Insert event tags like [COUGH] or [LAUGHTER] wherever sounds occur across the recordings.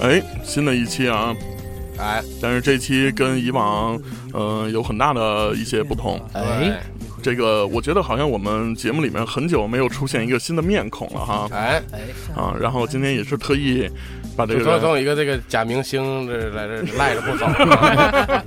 哎，新的一期啊，哎，但是这期跟以往，呃，有很大的一些不同。哎，这个我觉得好像我们节目里面很久没有出现一个新的面孔了哈哎，啊，然后今天也是特意把这就总个总有一个这个假明星这来这赖着不 [LAUGHS] 走，啊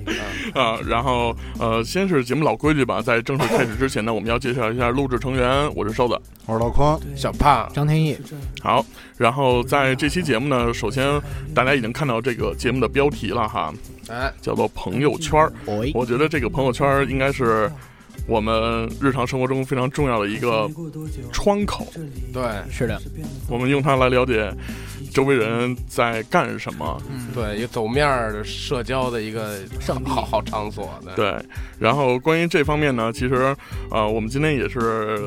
啊，然后呃，先是节目老规矩吧，在正式开始之前呢，我们要介绍一下录制成员，我是瘦子。我是老匡，小胖，张天翼，好，然后在这期节目呢，首先大家已经看到这个节目的标题了哈，哎，叫做朋友圈嗯儿。喂，我觉得这个朋友圈儿应该是我们日常生活中非常重要的一个窗口，对是的，我们用它来了解周围人在干什么。对，一个走面儿的社交的一个上帝好好场所的，对，然后关于这方面呢，其实呃，我们今天也是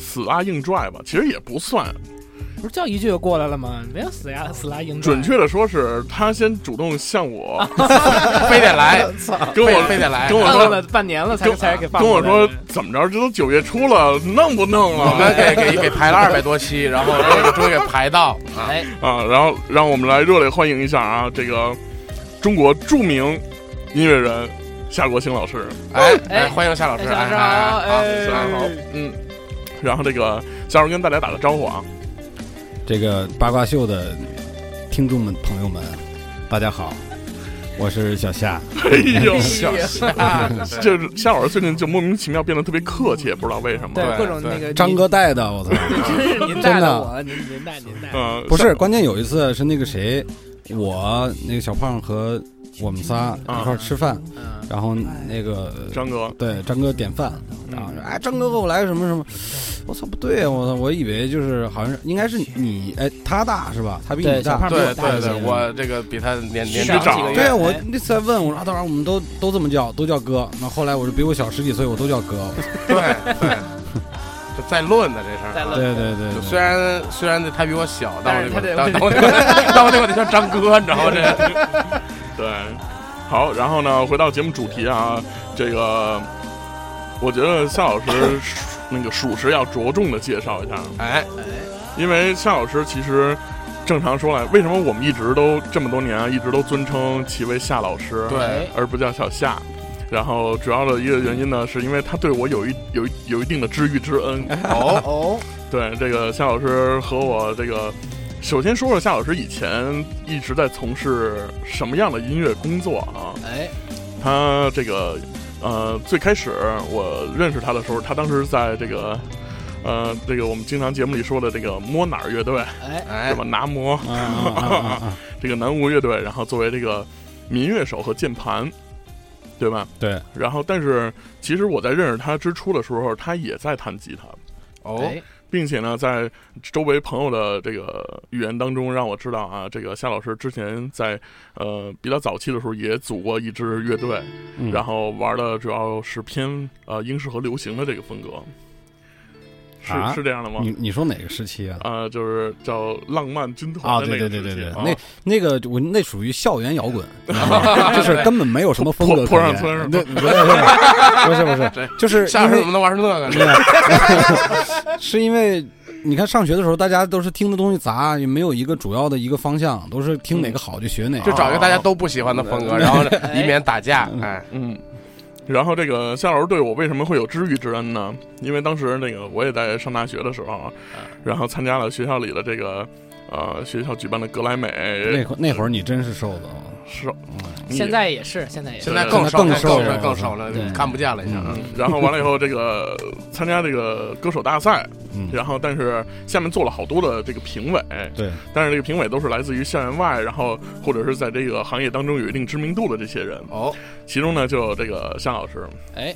死拉硬拽吧，其实也不算，不是叫一句就过来了吗？没有死呀，死拉赢。准确的说是他先主动向我非 [LAUGHS] 得来，跟我非非得来，跟我放说。了半年了才跟才给放跟我过来说怎么着，这都九月初了，弄不弄啊我们了给给给排了二百多期，然后终于给排到，哎，啊？然后让我们来热烈欢迎一下啊，这个中国著名音乐人夏国兴老师。哎哎哎，欢迎夏老师，夏老师哎好哎哎哎好，好，嗯，然后这个夏老师跟大家打个招呼啊。这个八卦秀的听众们、朋友们，大家好，我是小夏。哎呦，小哎夏， [LAUGHS] 对就是夏老师最近就莫名其妙变得特别客气，也不知道为什么。对对各种那个张，哥带的，我操！您真是 [LAUGHS] 您带了我，您您带您带。嗯，不是，关键有一次是那个谁，我那个小胖和我们仨一块儿吃饭，啊嗯，然后那个张哥，对张哥点饭，然后说哎张哥给我来个什么什么，我操不对啊，我操我以为就是好像是应该是你哎他大是吧？他比你对小大胖。对大对一些对，我这个比他年年长几个纪长，月对啊，我哎那次还问我说啊，当然我们都都这么叫，都叫哥。那后来我是比我小十几岁，我都叫哥。对对，这在论呢这事儿，在论对对对就对，虽然虽然他比我小，但但我是这个他但得但我这个但我这个得叫张哥，你知道吗？这对，好，然后呢，回到节目主题啊，这个我觉得夏老师那个属实要着重的介绍一下，哎因为夏老师其实。正常说来，为什么我们一直都这么多年啊，一直都尊称其为夏老师，哎对而不叫小夏？然后主要的一个原因呢，是因为他对我有一有一有一定的知遇之恩，哦哦，对，这个夏老师和我这个，首先说说夏老师以前一直在从事什么样的音乐工作啊？哎，他这个，呃，最开始我认识他的时候，他当时在这个。呃，这个我们经常节目里说的这个摸哪儿乐队哎，哎是吧？拿摩啊啊啊啊啊！这个南无乐队，然后作为这个民乐手和键盘，对吧？对。然后，但是其实我在认识他之初的时候，他也在弹吉他，哎哦并且呢，在周围朋友的这个语言当中，让我知道啊，这个夏老师之前在呃比较早期的时候也组过一支乐队，嗯然后玩的主要是偏呃英式和流行的这个风格，是、啊是这样的吗你？你说哪个时期啊？呃，就是叫浪漫军啊，团的对那个对对对时期对，啊那那个我那属于校园摇滚，就是根本没有什么风格可言。坡坡上村是吧对不是 [LAUGHS] 不是不对是，就是下因回为怎 [LAUGHS] 么能玩成那个呢？是因为你看上学的时候，大家都是听的东西杂，也没有一个主要的一个方向，都是听哪个好就学哪就个。找一个大家都不喜欢的风格，然后呢以免打架。哎，嗯。然后这个夏老师对我为什么会有知遇之恩呢？因为当时那个我也在上大学的时候，啊嗯然后参加了学校里的这个呃学校举办的格莱那美，会那会儿你真是瘦的，嗯是你现在也是，现在也是现在更现在更瘦瘦了更瘦了对，嗯看不见了已经。然后完了以后，这个参加这个歌手大赛，嗯，然后但是下面做了好多的这个评委，对，但是这个评委都是来自于校园外，然后或者是在这个行业当中有一定知名度的这些人。哦，其中呢，就有这个夏老师。哎，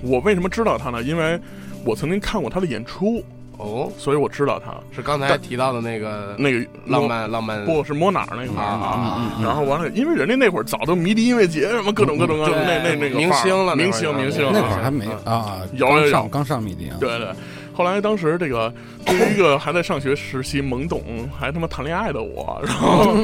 我为什么知道他呢？因为我曾经看过他的演出，哦，所以我知道他是刚才提到的那个那个浪漫浪漫嗯不是摸哪儿那嗯块儿啊然后完了，因为人家那会儿早都迷笛音乐节，什么各种各种各种啊嗯那那对那个明范儿星了那明会儿星明星嗯那会啊，儿还没有嗯啊，有刚有有上刚上迷笛啊， [LAUGHS] 对对。后来当时这个对于一个还在上学时期懵懂还他妈谈恋爱的我， [LAUGHS] 然后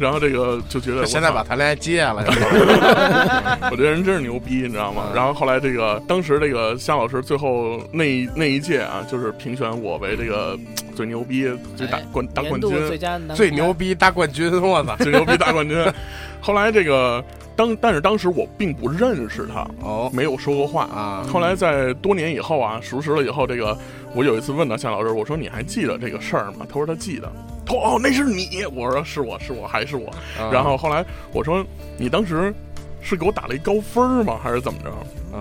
然后这个就 [LAUGHS] 觉得我现在操把谈恋爱戒了，现在我这人真是牛逼，你知道吗？嗯然后后来这个当时这个夏老师最后那一那一届啊，就是评选我为这个嘖最牛逼最大哎冠大年冠度军，最佳男最 [LAUGHS] 牛逼大冠军，我操！最牛逼大冠军。 [LAUGHS] 后来这个当但是当时我并不认识他，哦没有说过话。啊，后来在多年以后啊，熟识了以后，这个我有一次问到夏老师，我说你还记得这个事儿吗？他说他记得。他说哦，那是你。我说是我是我还是我。啊嗯然后后来我说你当时是给我打了一高分儿吗？还是怎么着？啊嗯。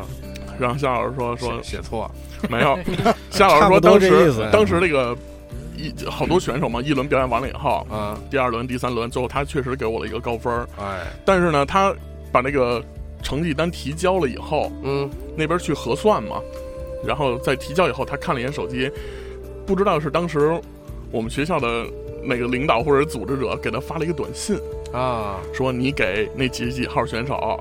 然后夏老师说说 [LAUGHS] 写写错，没有，夏老师差不说多当这意时思当时这个一好多选手嘛，一轮表演完了以后，嗯，第二轮、第三轮，最后他确实给我了一个高分儿，哎，但是呢，他把那个成绩单提交了以后，嗯，那边去核算嘛，然后在提交以后，他看了一眼手机，不知道是当时我们学校的那个领导或者组织者给他发了一个短信，啊说你给那几几号选手，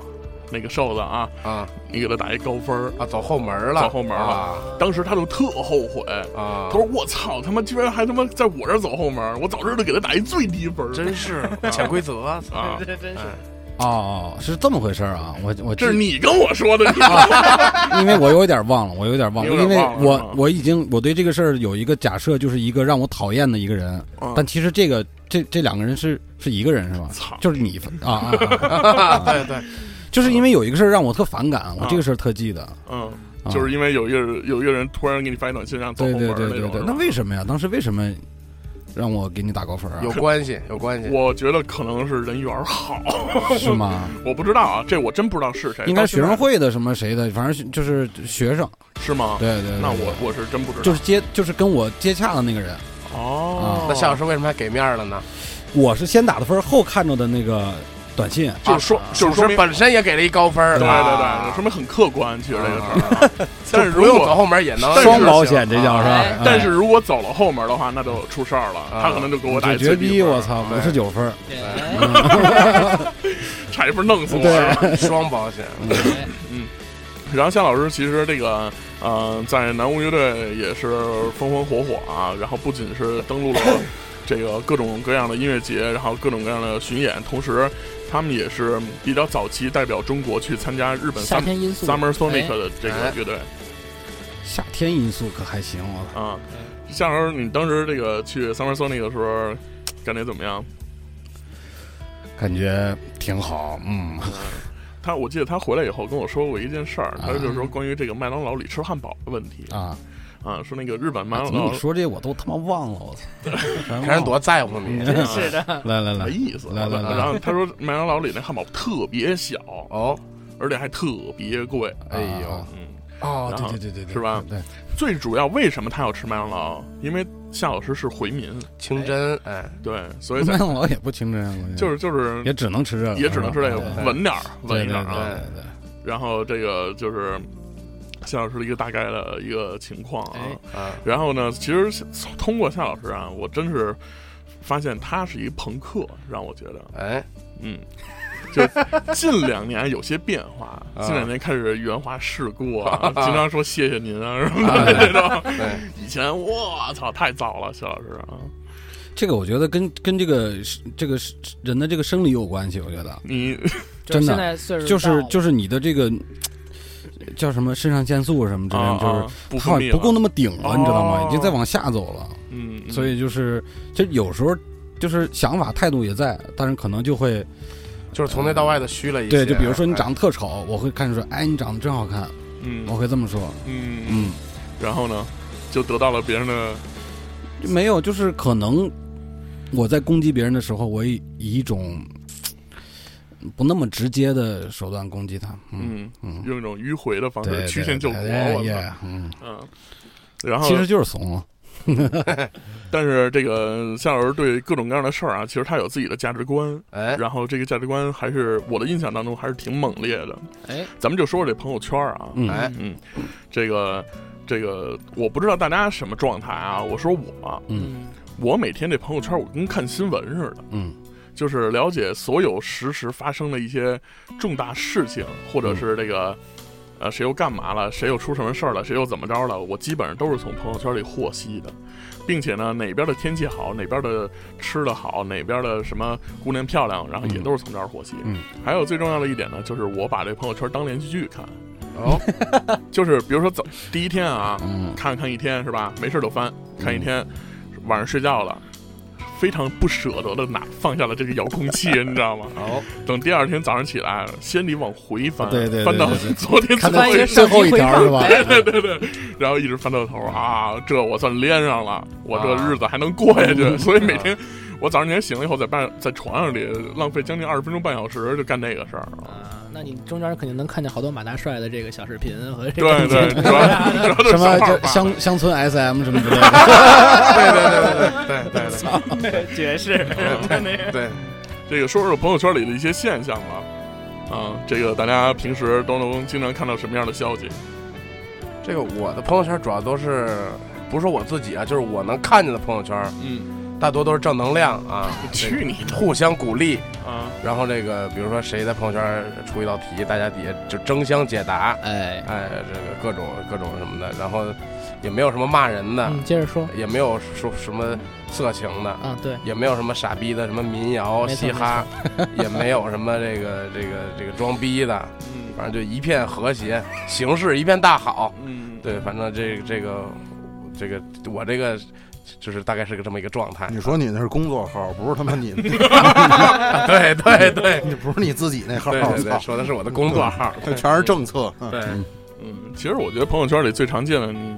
那个瘦子啊，啊你给他打一高分儿。啊，走后门了，走后门了啊当时他就特后悔，啊他，说我操他妈居然还他妈在我这儿走后门儿，我早知道给他打一最低分儿。 [LAUGHS] 真是潜规则，操啊，这真是哎哦，是这么回事儿啊，我我这记是你跟我说的，你知道吗 [LAUGHS] 因为我有点忘了，我有点忘了，你有因为点忘了是吧我我已经我对这个事儿有一个假设，就是一个让我讨厌的一个人，嗯但其实这个这这两个人是是一个人是吧？操，就是你啊啊，啊 [LAUGHS] 对对，就是因为有一个事儿让我特反感，我这个事儿特记得，嗯，啊就是因为有一个人有一个人突然给你发一短信，让你走对后门对儿对对种对是，吧那为什么呀？当时为什么让我给你打高分啊？有关系，有关系，我觉得可能是人缘儿好，是吗？我不知道啊，这我真不知道是谁。应该到是学现在生会的什么谁的，反正就是学生，是吗？对对对，那我我是真不知道。就是接就是跟我接洽的那个人，哦，那夏啊老师为什么还给面儿了呢？我是先打的分儿，后看着的那个短信。就是说就是说主持明，本身也给了一高分儿，对对对，啊说明很客观，其实这个事儿。啊但是不如用走果后门也能但是双保险这叫是吧？哎哎但是如果走了后门的话，那就出事儿了，啊他可能就给我打这一绝最低逼，分儿哎我，操，对五十九分儿，哎差一分弄死我。对是吧双保险，哎嗯然后夏老师其实这个，呃，在南无乐队也是风风火火啊，然后不仅是登陆了这个各种各样的音乐节，然后各种各样的巡演，同时他们也是比较早期代表中国去参加日本哎夏 Summer 天因素 Summer Sonic 哎的这个哎乐队夏天因素可还行，我操，啊。夏老师，你当时这个去 Summer Sonic 的时候，感觉怎么样？感觉挺好，嗯，他我记得他回来以后跟我说过一件事儿，啊他就是说关于这个麦当劳里吃汉堡的问题啊，啊，说那个日本麦当怎么劳你说这我都他妈忘了，我 [LAUGHS] 操，你看全忘人了嗯多在乎你啊真是的， [LAUGHS] 来来没来，意思。嗯啊来来来然后他说麦当劳里那汉堡特别小，哦，而且还特别贵。哎呦啊，嗯，哦，然后对对对对对，是吧对，最主要为什么他要吃麦当劳？因为夏老师是回民，清真，哎，对，所以麦 [LAUGHS] 在当劳也不清真啊，我觉得就是就是也只能吃这个，也只能吃这个是吧稳点儿，对稳一对对点儿对啊。对对，然后这个就是夏老师的一个大概的一个情况啊。哎啊，然后呢，其实通过夏老师啊，我真是发现他是一朋克，让我觉得，哎，嗯，就近两年有些变化，啊近两年开始圆滑世故啊，经常说谢谢您啊什么啊的 [LAUGHS] 这种。对，以前我操太早了，谢老师啊，这个我觉得跟跟这个这个人的这个生理有关系，我觉得你就是真的现在岁数就是是就是你的这个叫什么肾上腺素什么之类啊的，就是啊不它好分像泌不够了，那么顶了，你知道吗？哦已经在往下走了，嗯，嗯所以就是就有时候就是想法态度也在，但是可能就会就是从内到外的虚了一些，对，就比如说你哎长得特丑，我会看说，哎，你长得真好看，嗯我会这么说，嗯嗯，嗯，然后呢，就得到了别人的没有，就是可能我在攻击别人的时候，我以以一种不那么直接的手段攻击他，嗯嗯，嗯。用一种迂回的方对式对曲线救国，对我操， yeah，嗯，嗯。然后其实就是怂了。但是这个夏老师对各种各样的事儿啊，其实他有自己的价值观，哎然后这个价值观还是我的印象当中还是挺猛烈的。哎，咱们就说说这朋友圈啊，嗯哎，嗯，这个这个我不知道大家什么状态啊，我说我嗯，我每天这朋友圈我跟看新闻似的，嗯，就是了解所有实时发生的一些重大事情，或者是这个。呃，谁又干嘛了？谁又出什么事儿了？谁又怎么着了？我基本上都是从朋友圈里获悉的，并且呢，哪边的天气好，哪边的吃的好，哪边的什么姑娘漂亮，然后也都是从这儿获悉。嗯，还有最重要的一点呢，就是我把这朋友圈当连续剧看，哦，就是比如说早第一天啊，嗯看看一天是吧？没事儿就翻看一天，晚上睡觉了，非常不舍得的拿放下了这个遥控 [LAUGHS] 器，你知道吗？好，等第二天早上起来，先得往回翻，啊对对对翻到对对昨天看最到后一一个最后一条是吧？对对对，然后一直翻到头啊，这我算连上了，我这啊日子还能过下去。嗯所以每天我早上起来醒了以后，在半在床上里浪费将近二十分钟半小时就干那个事儿。啊，那你中间肯定能看见好多马大帅的这个小视频和这对个对，主 [LAUGHS] 要主要都什是么小号这吧乡乡村 SM 什么之 [LAUGHS] 类的，对对对爵士，对对，这个说说朋友圈里的一些现象了，啊、这个大家平时都能经常看到什么样的消息？这个我的朋友圈主要都是，不是说我自己啊，就是我能看见的朋友圈，嗯，大多都是正能量啊，这个去你的互相鼓励，啊！然后这个比如说谁在朋友圈出一道题，大家底下就争相解答，哎，哎，这个各种各种什么的，然后也没有什么骂人的，嗯，接着说也没有说什么色情的，啊，对，也没有什么傻逼的，什么民谣、没错嘻哈，也没有什么这个这个这个装逼的，嗯反正就一片和谐，形势一片大好。嗯，对，反正这这个这个我这个就是大概是个这么一个状 [LAUGHS] 态。你说你那是工作号，不是他 [LAUGHS] 妈你，对 [LAUGHS] 对对你不是你自己那号，对对对，操说的是我的工作 [LAUGHS] 号。这全是政策。嗯对，嗯，其实我觉得朋友圈里最常见的，你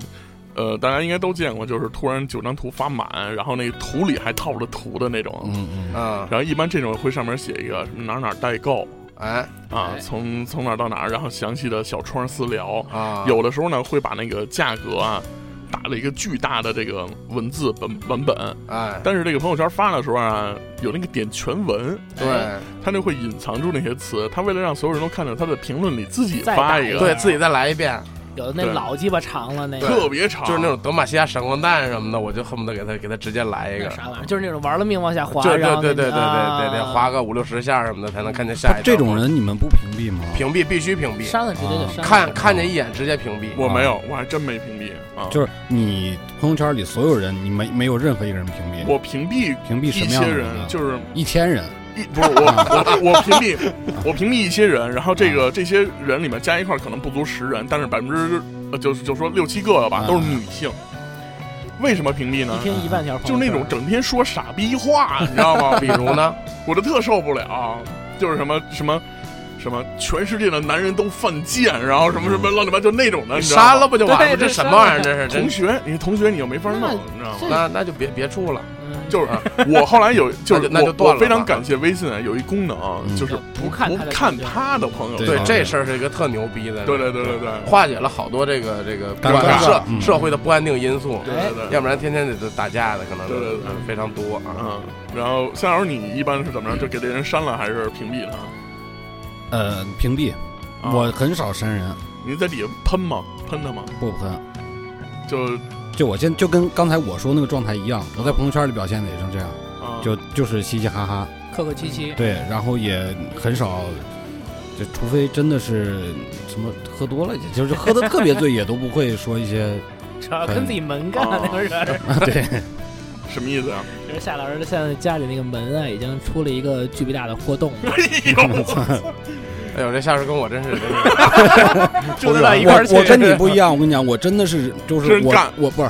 呃，大家应该都见过，就是突然九张图发满，然后那图里还套着图的那种。嗯嗯，嗯，然后一般这种会上面写一个什么哪儿哪儿代购哎啊，哎从从哪儿到哪儿，然后详细的小窗私聊。啊，有的时候呢，会把那个价格啊打了一个巨大的这个文字本文本，哎，但是这个朋友圈发的时候啊，有那个点全文，对他就会隐藏住那些词。他为了让所有人都看到，他在评论里自己再发打一一个，个对，自己再来一啊遍，有的那对老鸡巴长了那个。特别长，就是那种德玛西亚闪光弹什么的，我就恨不得给他给他直接来一那个。啥嗯玩意儿，就是那种玩了命往下滑，就对然后对对那对对个对对，啊划个五六十下什么的才能看见下一张。他这种人你们不屏蔽吗？屏蔽必须屏蔽，删了直接就删嗯了。看看见一眼直接屏蔽。我没有，我还真没屏蔽啊，就是你朋友圈里所有人，你没没有任何一个人屏蔽，我屏蔽屏蔽什一么样些的人，就是一千人，一不是我 [LAUGHS] 我我屏蔽我屏蔽一些人，然后这个这些人里面加一块儿可能不足十人，但是百分之呃就是就说六七个吧，啊都是女性。为什么屏蔽呢一？天一万条朋就友是圈，那种整天说傻逼话，你知道吗？比如呢，我就特受不了，啊就是什么什么什么，全世界的男人都犯贱，然后什么什么乱七八糟就那种的， [LAUGHS] 你知道吗删了不就完了？对这对什么玩意儿？这是同真，学，你同学你又没法弄，那你知道吗？这那那就别别处了。嗯就是我后来有，就是那就我断了我非常吧感谢微信啊有一功能啊，嗯就是不看不他的看朋友圈他的朋友圈对对，啊这事儿是一个特牛逼嗯的，对对对对对化解了好多这个这个不尴尬管是社嗯社会的不安定因素，对对对对，要不然天天得打架的可能对对对嗯非常多啊。嗯。然后夏老师，你一般是怎么样？就给这人删了还是屏蔽他？呃，屏蔽。啊我很少删人，你在底下喷吗？喷他吗？不喷。就就我现就跟刚才我说那个状态一样，我在朋友圈里表现的也成这样，啊就就是嘻嘻哈哈，客客气气，对，然后也很少，就除非真的是什么喝多了，就是喝的特别醉，也都不会说一些， [LAUGHS] 啊主要跟自己门干，哦那不是？对，什么意思啊？就是夏老师的现在家里那个门啊，已经出了一个巨大的破洞，哎呦，哎呦，这下次跟我真是真是 [LAUGHS] 住得我啊到一块儿去。我 [LAUGHS] 跟你不一样，我跟你讲，我真的是就是真我干我不是，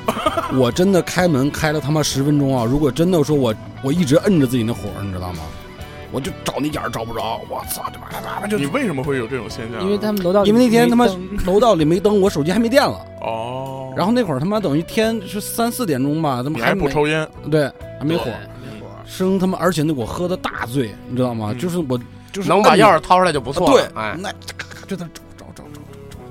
我真的开门开了他妈十分钟啊！如果真的说我我一直摁着自己那火，你知道吗？我就找那眼儿找不着，我操，这妈他妈就你为什么会有这种现象？啊因为他们楼道里因为那天他妈没 [LAUGHS] 灯 [LAUGHS] 楼道里没灯，我手机还没电了。哦，然后后那会儿他妈等于天是三四点钟吧，他妈你还没不抽烟，对，还没火，嗯生他妈，而且那我喝的大醉，你知道吗？嗯就是我就是能把摁钥匙掏出来就不啊错了。哎对，，那咔咔咔就在那找找找找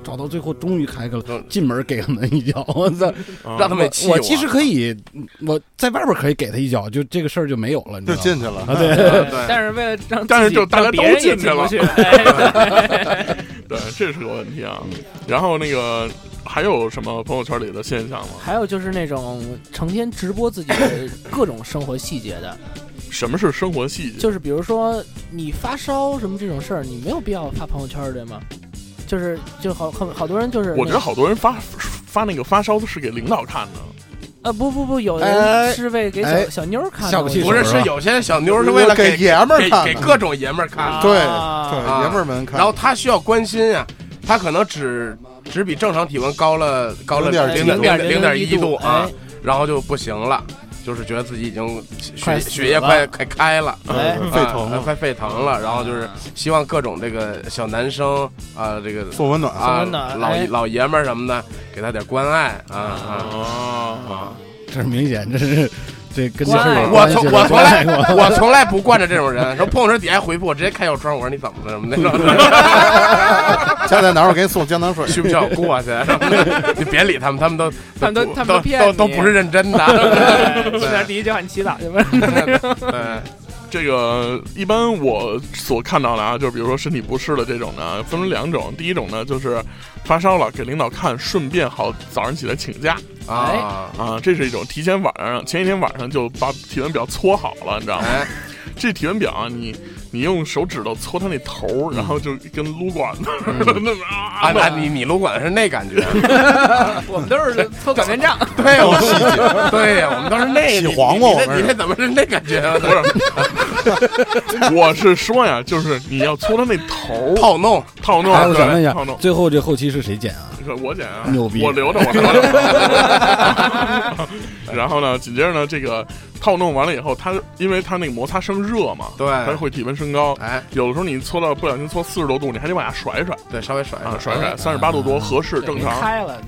找，找到最后终于开开了嗯，进门给个门一脚，我操！啊让他们也气我其实可以，我在外边可以给他一脚，就这个事儿就没有了，你知道就吗？进去了。嗯啊，对，对但是为了让自己但是就大家让都别人也进去了 [LAUGHS] 进不去哎对，这是个问题啊。然后那个还有什么朋友圈里的现象吗？还有就是那种成天直播自己的各种生活细节的，什么是生活细节？就是比如说你发烧什么这种事儿，你没有必要发朋友圈儿对吗？就是就好好好多人就是我觉得那好多人发发那个发烧的是给领导看的。呃不不不，有的哎人是为给小、哎小妞儿看的，下不我去觉不手得是，是吧是有些小妞儿是为了给给爷们儿看给的，各种爷们儿看的，对啊对，爷们儿们看，然后她需要关心啊，她可能只只比正常体温高了高了0.1零零点点零点一度啊哎，然后就不行了，就是觉得自己已经血快死了血液快快开了。哎嗯沸腾啊了快沸腾了，然后就是希望各种这个小男生啊，这个送温暖送啊温暖老哎老爷们儿什么的，给他点关爱啊啊！哦啊，这是明显，这是这跟这关事儿爱有我关系从了我从关爱来过。我从来不惯着这种人，说碰着底下回复，我直接开小窗，我说你怎么了什么的，家在哪儿？我给你送姜糖水。需不需要我过去？ [LAUGHS] 什么的你别理他们，他们都他们都都他们都骗都你都不是认真 [LAUGHS] 的。哎去对那儿第一句喊你洗澡去吧。对啊这个一般我所看到的啊，就是比如说身体不适的这种呢，分为两种。第一种呢，就是发烧了给领导看，顺便好早上起来请假哎啊，啊，这是一种提前晚上前一天晚上就把体温表搓好了，你知道吗？哎，这体温表啊，你你用手指头搓它那头儿，然后就跟撸管子嗯似的， [LAUGHS] 那么啊啊，那你你撸管是那感觉， [LAUGHS] 我们都是搓擀面杖， [LAUGHS] 对，我们对呀，我们都是那洗你黄瓜你我那们你是那怎么是那感觉啊？不是， [LAUGHS] 我是说呀，就是你要搓它那头儿套哎弄，套弄，啊还有咱们对呀套弄，，最后这后期是谁剪啊？是我剪啊，牛逼我留着， [LAUGHS] 我留着。然后呢，紧接着呢，这个套弄完了以后，它因为它那个摩擦生热嘛，对它会体温升高。哎，有的时候你搓到不小心搓四十多度，你还得往下甩甩对，稍微甩一啊，甩，甩甩三十八度多合适正常。开了，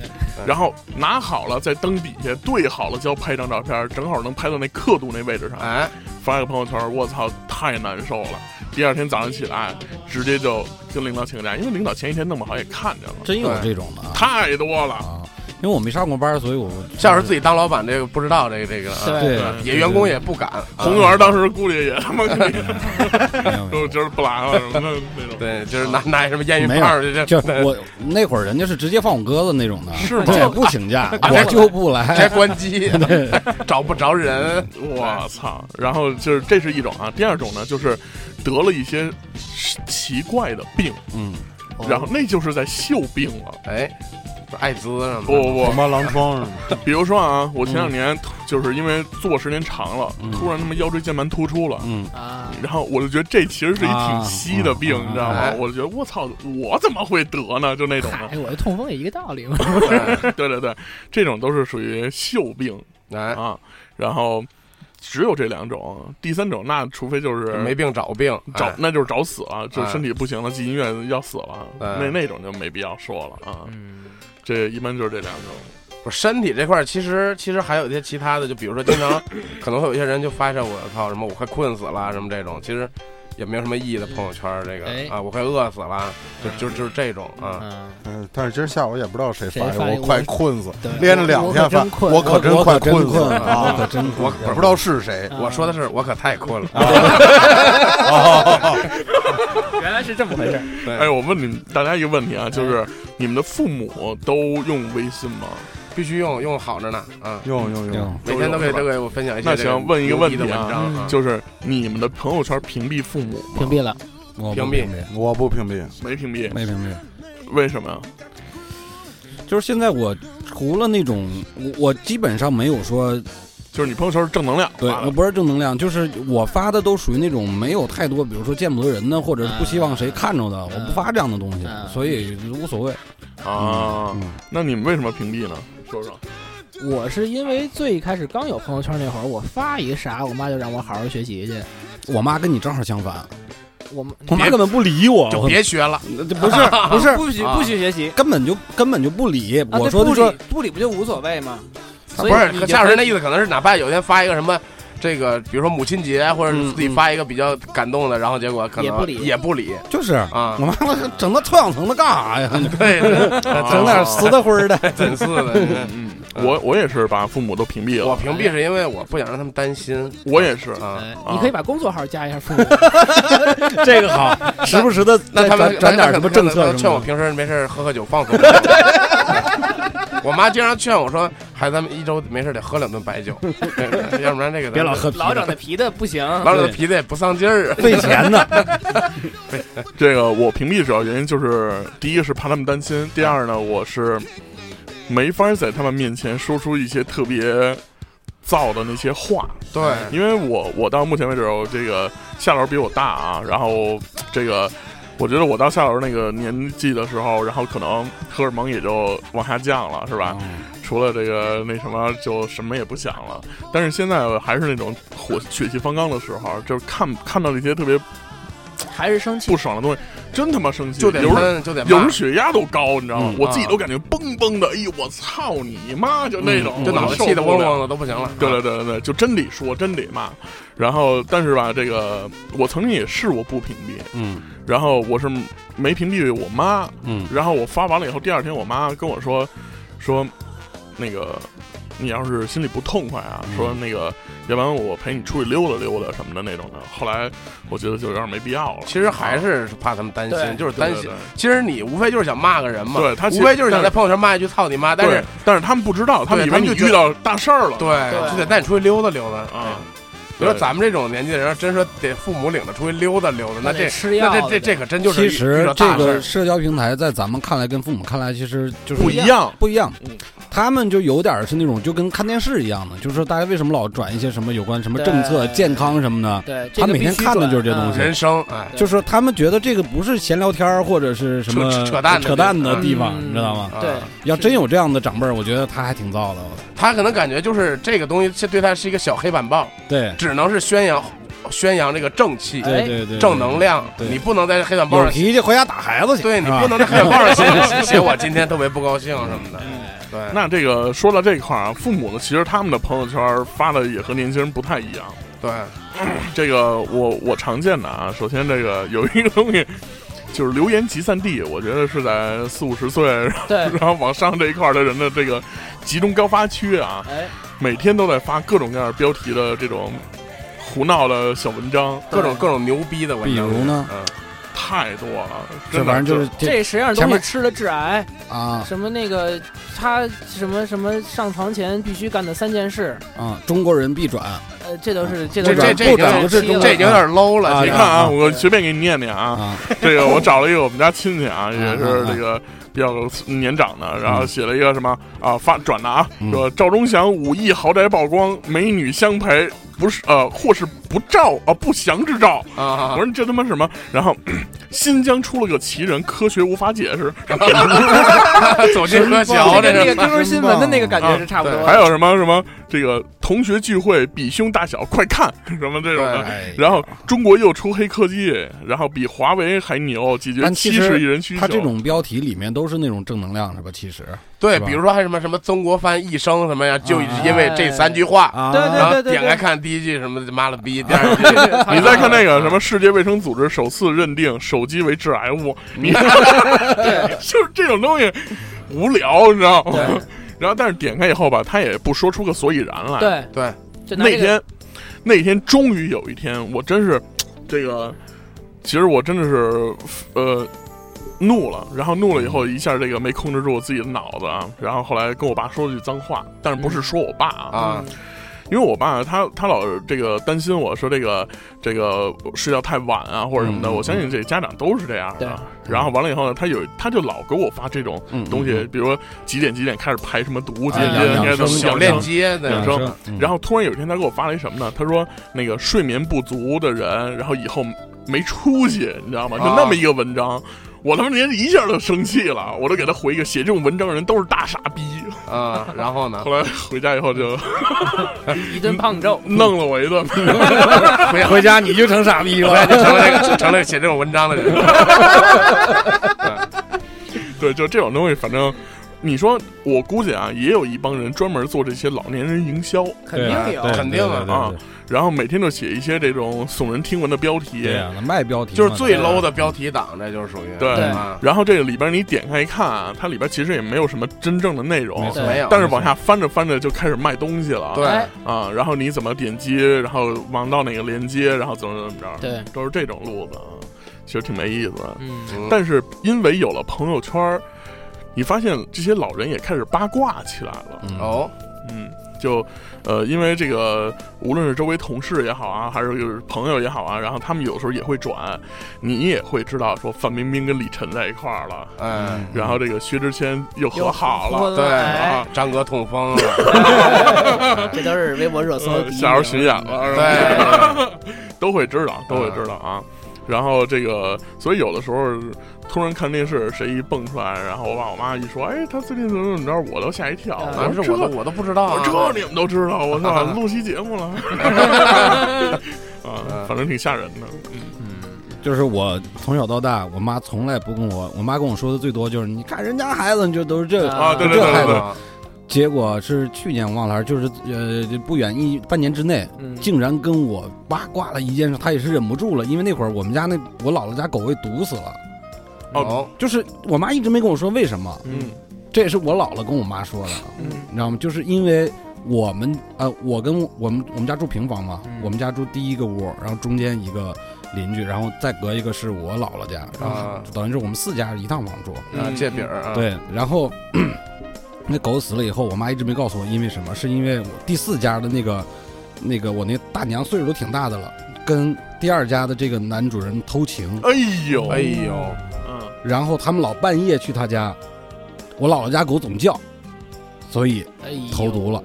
然后拿好了，在灯底下对好了胶，拍张照片，正好能拍到那刻度那位置上，哎，发个朋友圈，我操，太难受了。第二天早上起来，哎直接就跟领导请假，因为领导前一天弄不好也看见了，真有对这种的啊！太多了。啊，因为我没上过班，所以我下回自己当老板这个不知道这个这个啊，对对对也员工也不敢。红啊园当时估计也他妈 [LAUGHS] 没有没都有今儿不来了什么的那种。对，就是拿拿什么烟没云有棒儿，这就这我那会儿人家是直接放我鸽子那种的，是吗对，不请假， [LAUGHS] 啊我就不来还。关机， [LAUGHS] 找不着人。我操！然后就是这是一种啊，第二种呢就是得了一些奇怪的病，嗯，哦然后那就是在秀病了。哎，艾滋什不么不的？什么狼疮什么的，不，比如说啊，我前两嗯年就是因为坐时间长了，突然他妈腰椎间盘突出了。嗯，啊，然后我就觉得这其实是一挺稀的病，啊你知道吗哎？我就觉得我操，我怎么会得呢？就那种嗨 [LAUGHS] 的，，哎我这痛风也一个道理嘛。对对对，这种都是属于秀病，哎，啊，然后只有这两种，第三种那除非就是没病找病，找，哎那就是找死了，就哎身体不行了，进医院要死了，哎嗯那那种就没必要说了啊。这一般就是这两种，不是身体这块儿，其实其实还有一些其他的，就比如说经 [LAUGHS] 常可能会有一些人就发一下我操什么我快困死了什么这种，其实也没有什么意义的朋友圈儿这哎个啊，我快饿死了，就就就是这种啊，嗯，嗯，但是今儿下午也不知道谁发谁发的，一我个快困死，对连着两天发我可真，困我可真我快可真死困了了，我啊！可真困我了。也不知道是谁，啊我说的是我可太困了，啊原来是这么回事儿。对哎，我问你们大家一个问题哎啊，就是你们的父母都用微信吗？必须用用好着呢啊。用用用，嗯每天都给都有是吧都给我分享一些那这个行问一个问题啊牛逼的文章啊，就是你们的朋友圈屏蔽父母吗屏蔽了，我不屏蔽蔽，我不屏蔽，没屏蔽？没屏蔽。为什么呀？就是现在我除了那种，我我基本上没有说就是你朋友圈是正能量对发我的，不是正能量，就是我发的都属于那种没有太多，比如说见不得人的，或者是不希望谁看着的，我不发这样的东西嗯，所以无所谓。啊嗯，那你们为什么屏蔽呢？说说。我是因为最开始刚有朋友圈那会儿，我发一个啥，我妈就让我好好学习去。我妈跟你正好相反，我们我妈根本不理我，就别学了，我不是不是，不许啊不许学习。根本就根本就不理。啊我对说的不是理不理不就无所谓吗？啊不所以是你可就夏老可师以那意思，可能是哪怕有一天发一个什么。这个，比如说母亲节，啊或者是自己发一个比较感动的，然后结果可能也不理也不理就是啊我，妈妈整那臭氧层的干啥呀？对，啊整点死的灰儿的，真是的。嗯，我我也是把父母都屏蔽哎我了，屏蔽是因为我不想让他们担心我也是，啊。哎你可以把工作号加一下父母，这个好，时不时的那再他们转转点什么政那他策们什劝我么的。平时没事喝喝酒放 [LAUGHS] 松。我妈经常劝我说：“孩子，咱们一周没事得喝两顿白 [LAUGHS] 酒， [LAUGHS] 要不然这个别老喝啤的老整那皮的不行。老整皮子也不上劲儿。啊费钱呢，这个我屏蔽主要原因就是，第一个是怕他们担心，第二呢，我是没法在他们面前说出一些特别燥的那些话，”对，因为我我到目前为止，我这个夏老师比我大啊，然后这个我觉得我到夏老师那个年纪的时候，然后可能荷尔蒙也就往下降了，是吧？除了这个那什么，就什么也不想了。但是现在还是那种火血气方刚的时候，就是看看到那些特别还是生气不。爽的东西，真他妈生气，就得有时候喷，就得有时骂候，血压都高，你知道吗？嗯我自己都感觉嘣嘣的，哎呦，我操你妈！就那种，嗯就脑子受气得不嗡了嗡的都不行了。嗯啊对对对对对，就真得说，真得骂。然后，但是吧，这个我曾经也试过不屏蔽，嗯然后我是没屏蔽我妈，嗯，然后我发完了以后，第二天我妈跟我说，说那个你要是心里不痛快啊，嗯说那个，要不然我陪你出去溜达溜达什么的那种的。后来我觉得就有点没必要了。其实还是怕他们担心，对就是对担对心对。其实你无非就是想骂个人嘛，对他其无实非就是想但在是朋友圈骂一句“操你妈”，但对是但是他们不知道，他们以对他为们你就觉得遇到大事儿了。对，对就得带你出去溜达溜达啊。你说咱们这种年纪的人，真说得父母领着出去溜达溜达，那那这得吃那药这这的这可真就是其遇实到这大事个儿。社交平台在咱们看来跟父母看来其实就是不一样，不一样嗯。他们就有点是那种就跟看电视一样的，就是说大家为什么老转一些什么有关什么政策、对健康什么的，对，他每天看的就是这东西人生，哎，嗯对就是说他们觉得这个不是闲聊天儿或者是什么扯扯淡的扯淡的嗯地方，你知道吗？啊对，要真有这样的长辈儿，我觉得他还挺燥的。我操他可能感觉就是这个东西，这对他是一个小黑板报，对只能是宣扬宣扬这个正气、哎对对对，正能量，对你不能在黑板报有上写，脾气回家打孩 [LAUGHS] 子去。啊对你是吧不能在黑板报上写写写我今天特别不高兴什么的，对，那这个说到这一块儿啊，父母呢，其实他们的朋友圈发的也和年轻人不太一样。对，这个我我常见的啊，首先这个有一个东西就是留言集散地，我觉得是在四五十岁，然后对，然后往上这一块儿的人的这个集中高发区啊，哎，每天都在发各种各样的标题的这种胡闹的小文章，各种各种牛逼的文章，比如呢嗯，太多了，这真的玩意儿就是这这实际上前东西面吃了致癌，啊什么那个他什么什么上床前必须干的三件事，啊，中国人必转呃，这都是这都这是这这不转不是中国人这已经有点 low 了，啊这你个看啊，啊我随便给你念念啊，啊， [LAUGHS] 这个我找了一个我们家亲戚啊，也是嗯嗯这个比较年长的，然后写了一个什么啊发转的啊，嗯说赵忠祥武艺豪宅曝光，美女相陪，不是呃或是不照啊不祥之兆。我啊，说你这他妈什么？然后 [COUGHS] 新疆出了个奇人，科学无法解释。 [LAUGHS] 走进歌桥这跟那是个 QQ 新闻的那个感觉是差不啊多的。还有什么什么这个同学聚会比胸大小，快看什么这种的。哎然后中国又出黑科技，然后比华为还牛，解决但其七实十亿人需求。他这种标题里面都是那种正能量是吧？其实对，是吧比如说还什么什么曾国藩一生什么呀，就啊因为这三句话，啊对然对后对对点开对，看第一句什么妈了逼，第二句你再看那个嗯什么，世界卫生组织首次认定手机为致癌物，你 [LAUGHS] 就是这种东西无聊，你知道吗？然后但是点开以后吧，他也不说出个所以然来。，对对，就拿那这个天那天终于有一天，我真是这个，其实我真的是呃怒了，然后怒了以后一下这个没控制住自己的脑子啊，然后后来跟我爸说了句脏话，但是不是说我爸嗯啊，啊，因为我爸他他老这个担心我说这个这个睡觉太晚啊或者什么的，嗯我相信这家长都是这样对的。然后完了以后呢，他有他就老给我发这种嗯东西，比如说几点几点开始排什么毒，几点啊几养点开始养生小小链。接的养养生生，嗯然后突然有一天他给我发了一什么呢？他说那个睡眠不足的人，然后以后没出息，你知道吗？就啊那么一个文章。我他妈连一下就生气了，我就给他回一个写这种文章的人都是大傻逼。啊，然后呢后，来回家以后 [LAUGHS] 就一顿胖揍，弄了我一顿，回回家你就成傻逼回来了。就成了那个成了写这种文章的人，对，就这种东西，反正你说，我估计啊，也有一帮人专门做这些老年人营销，肯定有对，肯定啊啊对啊对对然后每天就写一些这种耸人听闻的标题，对呀，啊那卖标题就是嘛啊最 low 的标题党，这就是属于对啊，然后这个里边你点开一看啊，它里边其实也没有什么真正的内没容错，没有，但是往下翻着翻着就开始卖东西了，对哎啊，然后你怎么点击，然后往到哪个链接，然后怎么怎么着，对，都是这种路子，啊，其实挺没意思的。嗯，嗯但是因为有了朋友圈儿，你发现这些老人也开始八卦起来了，嗯哦，嗯。就，呃，因为这个，无论是周围同事也好啊，还是就是朋友也好啊，然后他们有时候也会转，你也会知道说范冰冰跟李晨在一块儿了，嗯哎，嗯然后这个薛之谦又和好了，了对哎，啊张哥痛风了，这都是微博热搜呃第一名。下游巡演了，是吧？对，都会知道，都会知道啊。然后这个，所以有的时候突然看电视，谁一蹦出来，然后我爸我妈一说，哎，他最近怎么怎么着，我都吓一跳。啊我嗯但是说这我都我都不知道啊，我这你们都知道，我操，录期节目了，啊，反正挺吓人的。就是我从小到大，我妈从来不跟我，我妈跟我说的最多就是你看人家孩子，你就都是这个。啊啊，对对这对孩对子对，啊结果是去年我忘了，还是就是呃就不远一半年之内，嗯，竟然跟我八卦了一件事，她也是忍不住了，因为那会儿我们家那我姥姥家狗被毒死了，哦，就是我妈一直没跟我说为什么，嗯，这也是我姥姥跟我妈说的，嗯你知道吗？就是因为我们呃，我跟我们我们家住平房嘛，嗯我们家住第一个屋，然后中间一个邻居，然后再隔一个是我姥姥家，然后啊等于是我们四家一趟房住。啊，嗯借饼儿啊，对，然后 [COUGHS] 那狗死了以后，我妈一直没告诉我因为什么，是因为我第四家的那个那个我那大娘岁数都挺大的了，跟第二家的这个男主人偷情，哎呦，哎呦，嗯，然后他们老半夜去他家，我姥姥家狗总叫，所以哎呦投毒了。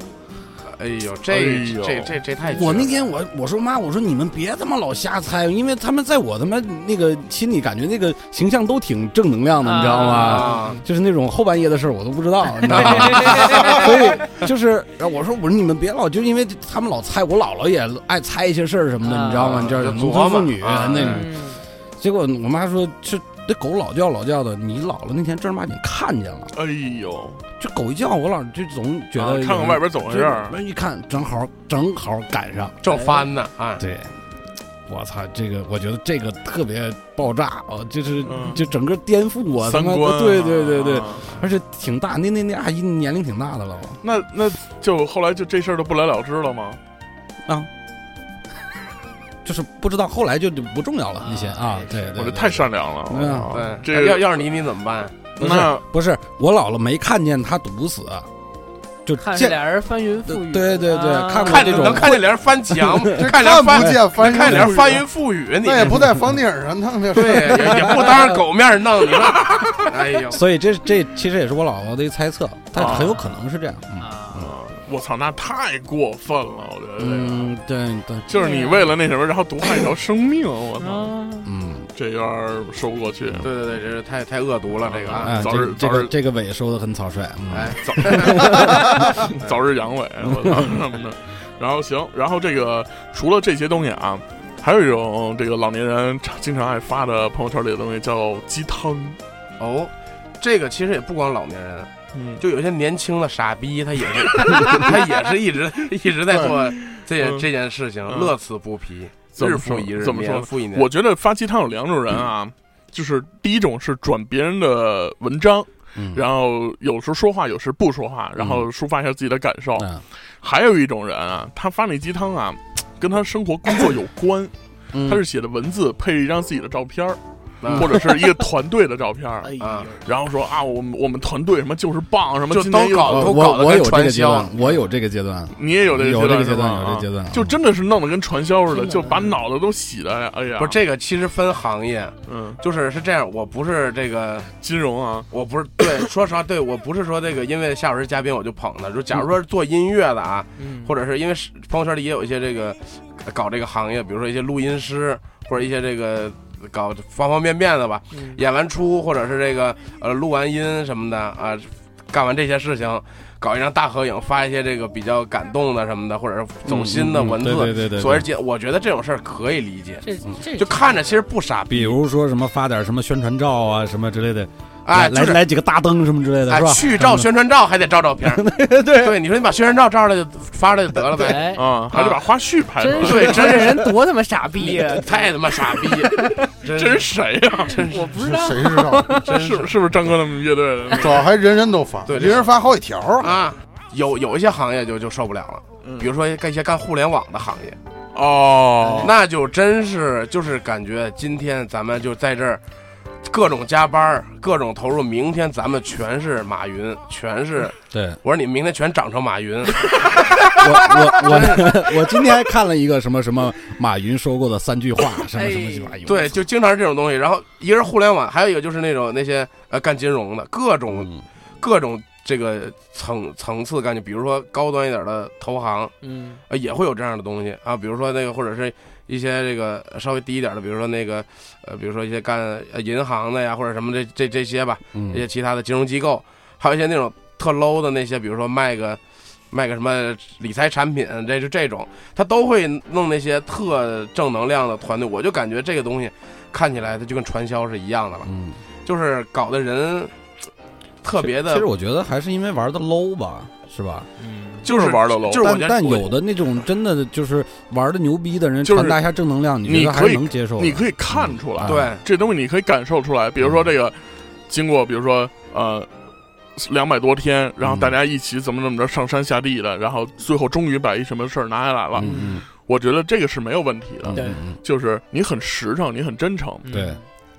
哎呦，哎这呦这这这太绝了，我那天我我说妈，我说你们别他妈老瞎猜，因为他们在我他妈那个心里感觉那个形象都挺正能量的，你知道吗？啊就是那种后半夜的事儿我都不知道，你知 [LAUGHS] 道 [LAUGHS] 吗？所以就是然后我说我说你们别老就因为他们老猜，我姥姥也爱猜一些事儿什么的，啊你知道吗？你知道就琢农磨村妇女啊那种。嗯结果我妈说这这狗老叫老叫的，你姥姥那天正儿八经看见了，哎呦，这狗一叫，我姥就总觉啊得有人、看看外边怎么回事儿，那一看正好正好赶上。正翻呢啊，对，我操，这个我觉得这个特别爆炸哦，就是、嗯就整个颠覆我他三妈，观啊，对对对对，啊而且挺大，那那那阿姨年龄挺大的了，那那就后来就这事儿就不了了之了吗？就是不知道后来就就不重要了那些啊啊，对对我这对太善良了，嗯啊对，哎这要要是你你怎么办？不是那不是我姥姥没看见她毒死，就看这见俩人翻云覆雨，对对对啊看过看这种能看见脸翻 [LAUGHS] 墙，看看脸不翻，见翻看脸脸翻云覆雨，你那也不在房顶上弄的，对，也也不当着狗面弄，你说， [LAUGHS] 哎呦，所以这这其实也是我姥姥的一猜测，但很有可能是这样。嗯啊，啊，我操，那太过分了，我觉得这个。嗯，对对，就是啊你为了那什么，然后毒害一条生命，我操，啊嗯，这有点儿说不过去。啊对对对，这是太太恶毒了，这个啊，啊，早这日个这早个日这个尾收的很草率，嗯哎，早早日阳痿，我操什么的。然后行，然后这个除了这些东西啊，还有一种这个老年人常经常爱发的朋友圈里的东西叫鸡汤。 [LAUGHS] 哦，这个其实也不光老年人，嗯，就有些年轻的傻逼，他也是 [LAUGHS] 他也是一直一直在做这件嗯这件事情，嗯乐此不疲，怎日么复说一日，怎么说年复一年，我觉得发鸡汤有两种人啊，就是第一种是转别人的文章，嗯，然后有时说话，有时不说话，然后抒发一下自己的感受。嗯还有一种人啊，他发那鸡汤啊，跟他生活工作有关，嗯他是写的文字配一张自己的照片儿，嗯或者是一个团队的照 [LAUGHS] 片儿，哎呦啊，然后说啊，我们我们团队什么就是棒，什么就今天都又搞我都搞我得我跟有这个传阶销段，我有这个阶段，你也有这个有这个阶段段，是吧啊有这个阶段，就真的是弄得跟传销似的，真的就把脑袋都洗的，哎呀，不是这个其实分行业，嗯，就是是这样，我不是这个，金融啊，我不是对， [COUGHS] 说实话，对我不是说这个，因为夏老师嘉宾我就捧他，就假如说做音乐的啊，嗯或者是因为是朋友圈里也有一些这个呃搞这个行业，比如说一些录音师或者一些这个搞方方面面的吧，嗯演完出或者是这个呃录完音什么的啊、干完这些事情，搞一张大合影，发一些这个比较感动的什么的，或者是走心的嗯嗯文字。对对对对，所以对解，我觉得这种事儿可以理解，这这就看着其实不傻逼，比如说什么发点什么宣传照啊什么之类的，哎，来就是来几个大灯什么之类的，哎是吧？，去照宣传照还得照照片儿，对 [LAUGHS] 对，你说你把宣传照照出来就发出来就得了呗，哎，啊，还得把花絮拍出真来。是对我真这是人多他妈傻逼啊！太他妈傻逼，真 [LAUGHS] 这人谁呀？我不知道，谁知道？真是是不是张哥他们乐队 [LAUGHS] 的？主要还人人都发，对一人发好几条啊。啊，有有一些行业就就受不了了。嗯比如说干一些干互联网的行业，哦，那就真是就是感觉今天咱们就在这儿各种加班儿，各种投入，明天咱们全是马云，全 [LAUGHS] 是对我说你明天全长成马哎云，我我 [LAUGHS] 我我今天还看了一个什么什么马云说过的三句话，什么什么什么，哎呦对，，就经常是这种东西。然后一个是互联网，还有一个就是那种那些呃干金融的各种嗯各种这个层层次干，就比如说高端一点的投行，嗯，呃，也会有这样的东西啊，比如说那个或者是一些这个呃稍微低一点的，比如说那个呃，比如说一些干呃银行的呀，或者什么这这这些吧，一些嗯，其他的金融机构，还有一些那种特 low 的那些，比如说卖个卖个什么理财产品，这就这种，他都会弄那些特正能量的团队。我就感觉这个东西看起来它就跟传销是一样的了，嗯，就是搞的人特别其的实，我觉得还是因为玩的 low 吧，是吧？就是玩的 low，就是我但觉得但我有的那种真的就是玩的牛逼的人，就是传达一下正能量，你觉得还你可以是能接受的。你可以看出来，对啊这东西你可以感受出来。比如说这个，经过比如说呃两百多天，然后嗯大家一起怎么怎么着上山下地的，然后最后终于把一什么事儿拿下来了。嗯我觉得这个是没有问题的嗯，对嗯就是你很实诚，你很真诚。嗯对，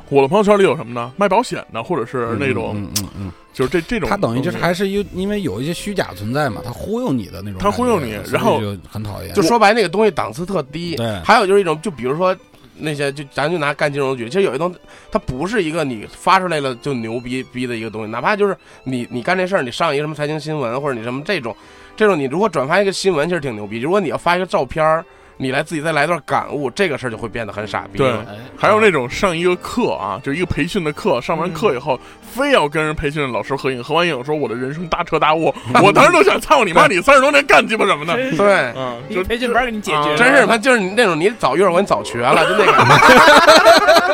我的朋友圈里有什么呢？卖保险的，或者是嗯那种嗯嗯嗯，就是这这种东西，他等于就是还是因因为有一些虚假存在嘛，他忽悠你的那种感觉，他忽悠你所以然后嗯就很讨厌，就说白那个东西档次特低。对还有就是一种，就比如说那些，就咱就拿干金融举，其实有一种，它不是一个你发出来了就牛逼逼的一个东西，哪怕就是你你干这事儿，你上一个什么财经新闻或者你什么这种，这种你如果转发一个新闻，其实挺牛逼。如果你要发一个照片儿，你来自己再来段感悟，这个事儿就会变得很傻逼对了。嗯哎还有那种上一个课啊，就是一个培训的课，上完课以嗯后、非要跟人培训的老师合影，合完影说我的人生大彻大 [LAUGHS] 悟，我当时都想操你妈，你三十多年干鸡巴什么呢？真是对，嗯，一就个培训班给你解决了，啊真是他就是你那种你早幼儿园早学了，就那个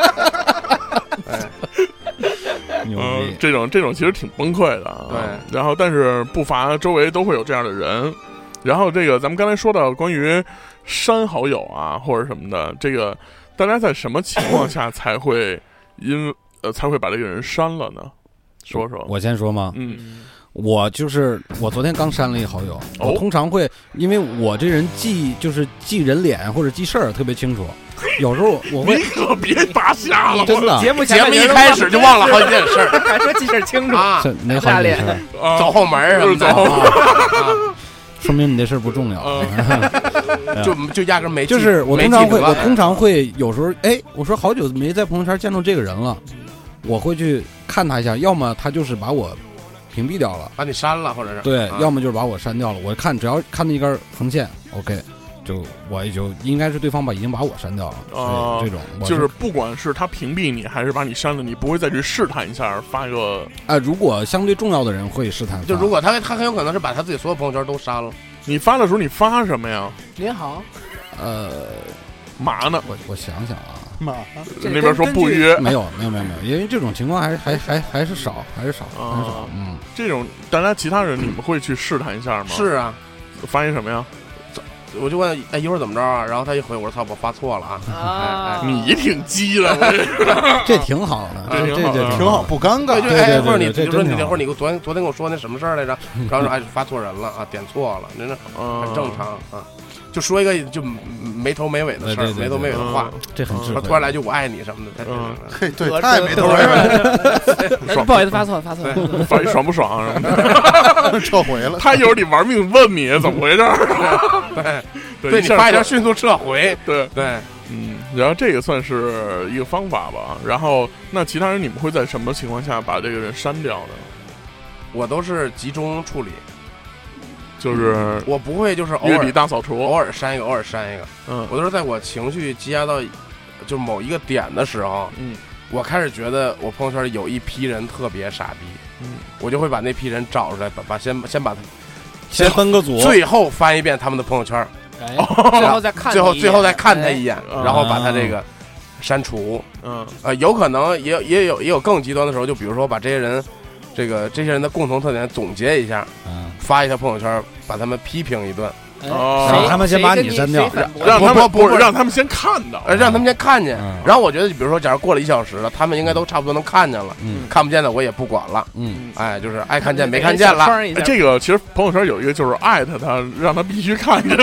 牛嗯逼，，这种这种其实挺崩溃的啊。对然后但是不乏周围都会有这样的人。然后这个咱们刚才说到关于删好友啊或者什么的，这个大家在什么情况下才会因呃才会把这个人删了呢？说说，我先说吗？嗯嗯，我就是我昨天刚删了一好友，哦我通常会因为我这人记就是记人脸或者记事儿特别清楚，有时候你我会可别拔瞎了真的节目前节半目截一都开始就忘了好几了件事儿 [LAUGHS] 还说记事儿清楚，啊，这没好几件事儿，啊！走后门儿什么的走后门啊，说明你这事儿不重哦 [LAUGHS] 要。呃啊就就压根儿没记就是我没通记常住会，吧我通常会有时候，哎，我说好久没在朋友圈见到这个人了，我会去看他一下，要么他就是把我屏蔽掉了，把你删了，或者是对，啊要么就是把我删掉了。我看只要看那一根横线，OK，就我也就应该是对方把已经把我删掉了，哦所以这种我就是不管是他屏蔽你，还是把你删了，你不会再去试探一下，发一个啊、如果相对重要的人会试探发，就如果他他很有可能是把他自己所有朋友圈都删了，啊你发的时候你发什么呀？您好，呃，嘛呢？我我想想啊，妈，这那边说根不根据约，没有没有没有没有，因为这种情况还是还还还是少，还是少，啊还是哦少，嗯，这种大家其他人你们会去试探一下吗？是啊，发现什么呀？我就问哎一会儿怎么着啊，然后他一回我说操我发错了啊，啊，你挺鸡的，我这这挺好这的，这挺好的这挺好，。不尴对尬就。对哎对或者你对就说你真挺啊嗯那好会儿你给我昨天昨天给我说那什么事儿来着，然后说哎发错人了啊，点错了，您这很 [LAUGHS] 很正。常啊，就说一个就没头没尾的事儿对对，对嗯没头没尾的话，这很智说慧。突然来句我爱你什么的，嗯他嘿，对我，太没头没尾哎不好意思，发错了，发错了。发爽不爽啊？什么的了，撤回了。 [LAUGHS] 他一会儿得玩命问你怎么回事儿， [LAUGHS] 对对对你发一条下迅速撤回，对，对，嗯，然后这个算是一个方法吧。然后那其他人你们会在什么情况下把这个人删掉呢？我都是集中处理，就是我不会就是嗯偶月底尔大扫偶除，尔删一个，偶尔删一个。嗯我都是在我情绪积压到就某一个点的时候，嗯我开始觉得我朋友圈里有一批人特别傻逼，嗯，我就会把那批人找出来，把把先先把他先分个组最后翻一遍他们的朋友圈， [LAUGHS] 哎，最后再看他一眼，最后最后再看他一哎眼，哎然后把他这个删除，嗯呃，有可能也有也有也有更极端的时候，就比如说把这些人，这个这些人的共同特点总结一下，嗯，发一条朋友圈，把他们批评一顿，哎哦谁让他们先把谁你跟删掉谁反驳让他们不不不是让他们先看到，呃，让他们先看见嗯。然后我觉得，比如说，假如过了一小时了，他们应该都差不多能看见了，嗯看不见的我也不管了，嗯，哎，就是爱看见没看见了。哎这个其实朋友圈有一个就是艾特他，让他必须看见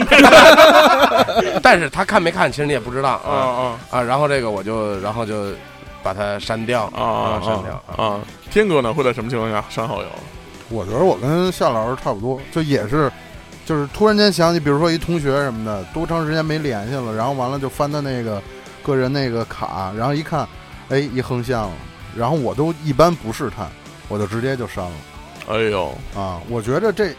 但是他看没看，其实你也不知道啊啊啊啊。然后这个我就，然后就把它删掉啊啊删掉啊。啊！天哥呢会在什么情况下删好友？我觉得我跟夏老师差不多，就也是，就是突然间想起，比如说一同学什么的，多长时间没联系了，然后完了就翻他那个个人那个卡，然后一看，哎，一横向了，然后我都一般不试探，我就直接就删了哎呦，啊。我觉着这，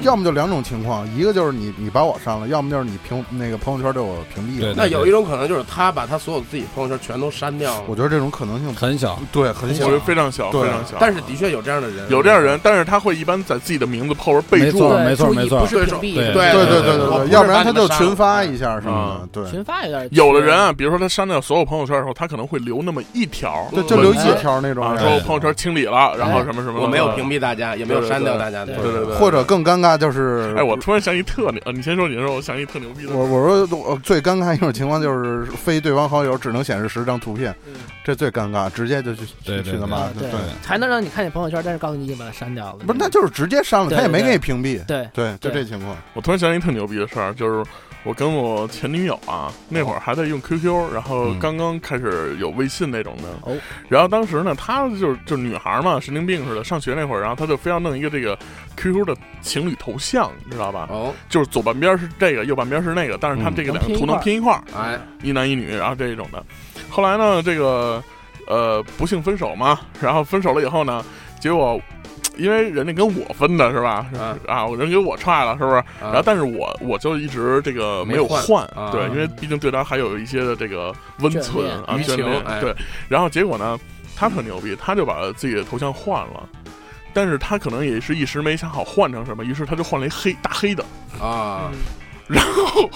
要么就两种情况，一个就是你你把我删了，要么就是你屏那个朋友圈对我屏蔽对了。那有一种可能就是他把他所有自己朋友圈全都删掉我了，觉得这种可能性很小，对很我小啊觉，得非常小，非对常小。但是的确有这样的人，有这样的人，但是他会一般在自己的名字后边备没注错对没错注意没错不是哎对屏蔽，对对对对我不对，是要不然把他你们就删了群发一下什么的，嗯对。群发有点有的人啊，比如说他删掉所有朋友圈的时候，他可能会留那么一条，就就留一哎条那种啊，人，说我朋友圈清理了，然后哎什么什么，我没有对屏蔽大家，也没有删掉大家的对对对，或者更尴尬就是，哎，我突然想起特牛，呃你先说，你先说，我想起特牛逼的我我说我最尴尬一种情况就是非对方好友只能显示十张图片，嗯这最尴尬，直接就去对啊去对去他妈的，对才能让你看见朋友圈，但是告诉你已经把它删掉了。不是那就是直接删了，对他也没对给你屏蔽，对对，就对这情况，我突然想起一特牛逼的事儿，就是我跟我前女友啊，那会儿还在用 QQ，然后嗯刚刚开始有微信那种的。哦然后当时呢，她就是就是女孩嘛，神经病似的。上学那会儿，然后她就非要弄一个这个 QQ 的情侣头像，你知道吧？哦，就是左半边是这个，右半边是那个，但是他嗯这个两能个拼一图能块儿啊拼一块儿，哎，一男一女，然后这一种的。后来呢，这个呃不幸分手嘛，然后分手了以后呢，结果因为人家跟我分的是吧？嗯啊啊，人给我踹了是不是？然然后，但是我我就一直这个啊没没有换换，啊对，因为毕竟对他还有一些的这个温眷存恋啊余眷情恋哎对。然后结果呢，他特牛逼，他就把自己的头像换了。但是他可能也是一时没想好换成什么，于是他就换了一黑大黑的。啊，嗯然后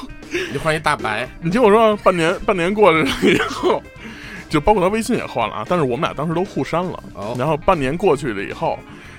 你换一大白，你听我说，半年 [LAUGHS] 半年过去了以后，就包括他微信也换了啊，但是我们俩当时都互删了。哦，然后半年过去了以后，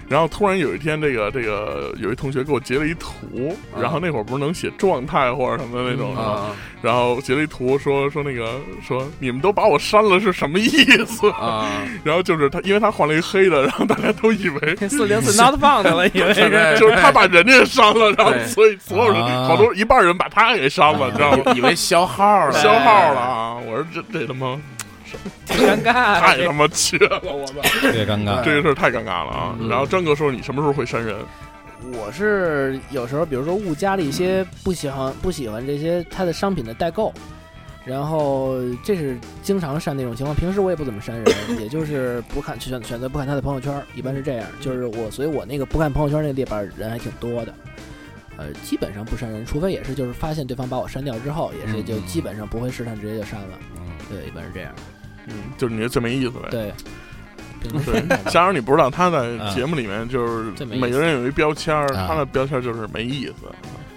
然后突然有一天，这个这个有一同学给我截了一图，然后那会儿不是能写状态或者什么的那种吗？啊然后截了一图说说那个说你们都把我删了是什么意思？ [LAUGHS] 啊，然后就是他，因为他换了一黑的，然后大家都以为 [LAUGHS] 四零四 not found 了，以为是就是他 [LAUGHS] 把人家删了，然后对哎所以所有人啊好多一半人把他给删了，你知道吗？以为消号 [LAUGHS] 了，哎消号了，啊！我说这这他妈挺尴尬太他妈缺了，我们别尴尬。这个事儿太尴尬了啊！嗯然后张哥说你什么时候会删人？我是有时候，比如说误加了一些不喜欢不喜欢这些它的商品的代购，然后这是经常删的一种情况。平时我也不怎么删人，也就是不看选选择不看他的朋友圈，一般是这样。就是我，所以我那个不看朋友圈那列表人还挺多的。呃，基本上不删人，除非也是就是发现对方把我删掉之后，也是嗯就嗯基本上不会试探，直接就删了。嗯对，一般是这样。嗯，就是你这没意思呗。对，对，加上你不知道他在嗯节目里面就是这没意思每个人有一标签儿，啊他的标签儿就是没意思。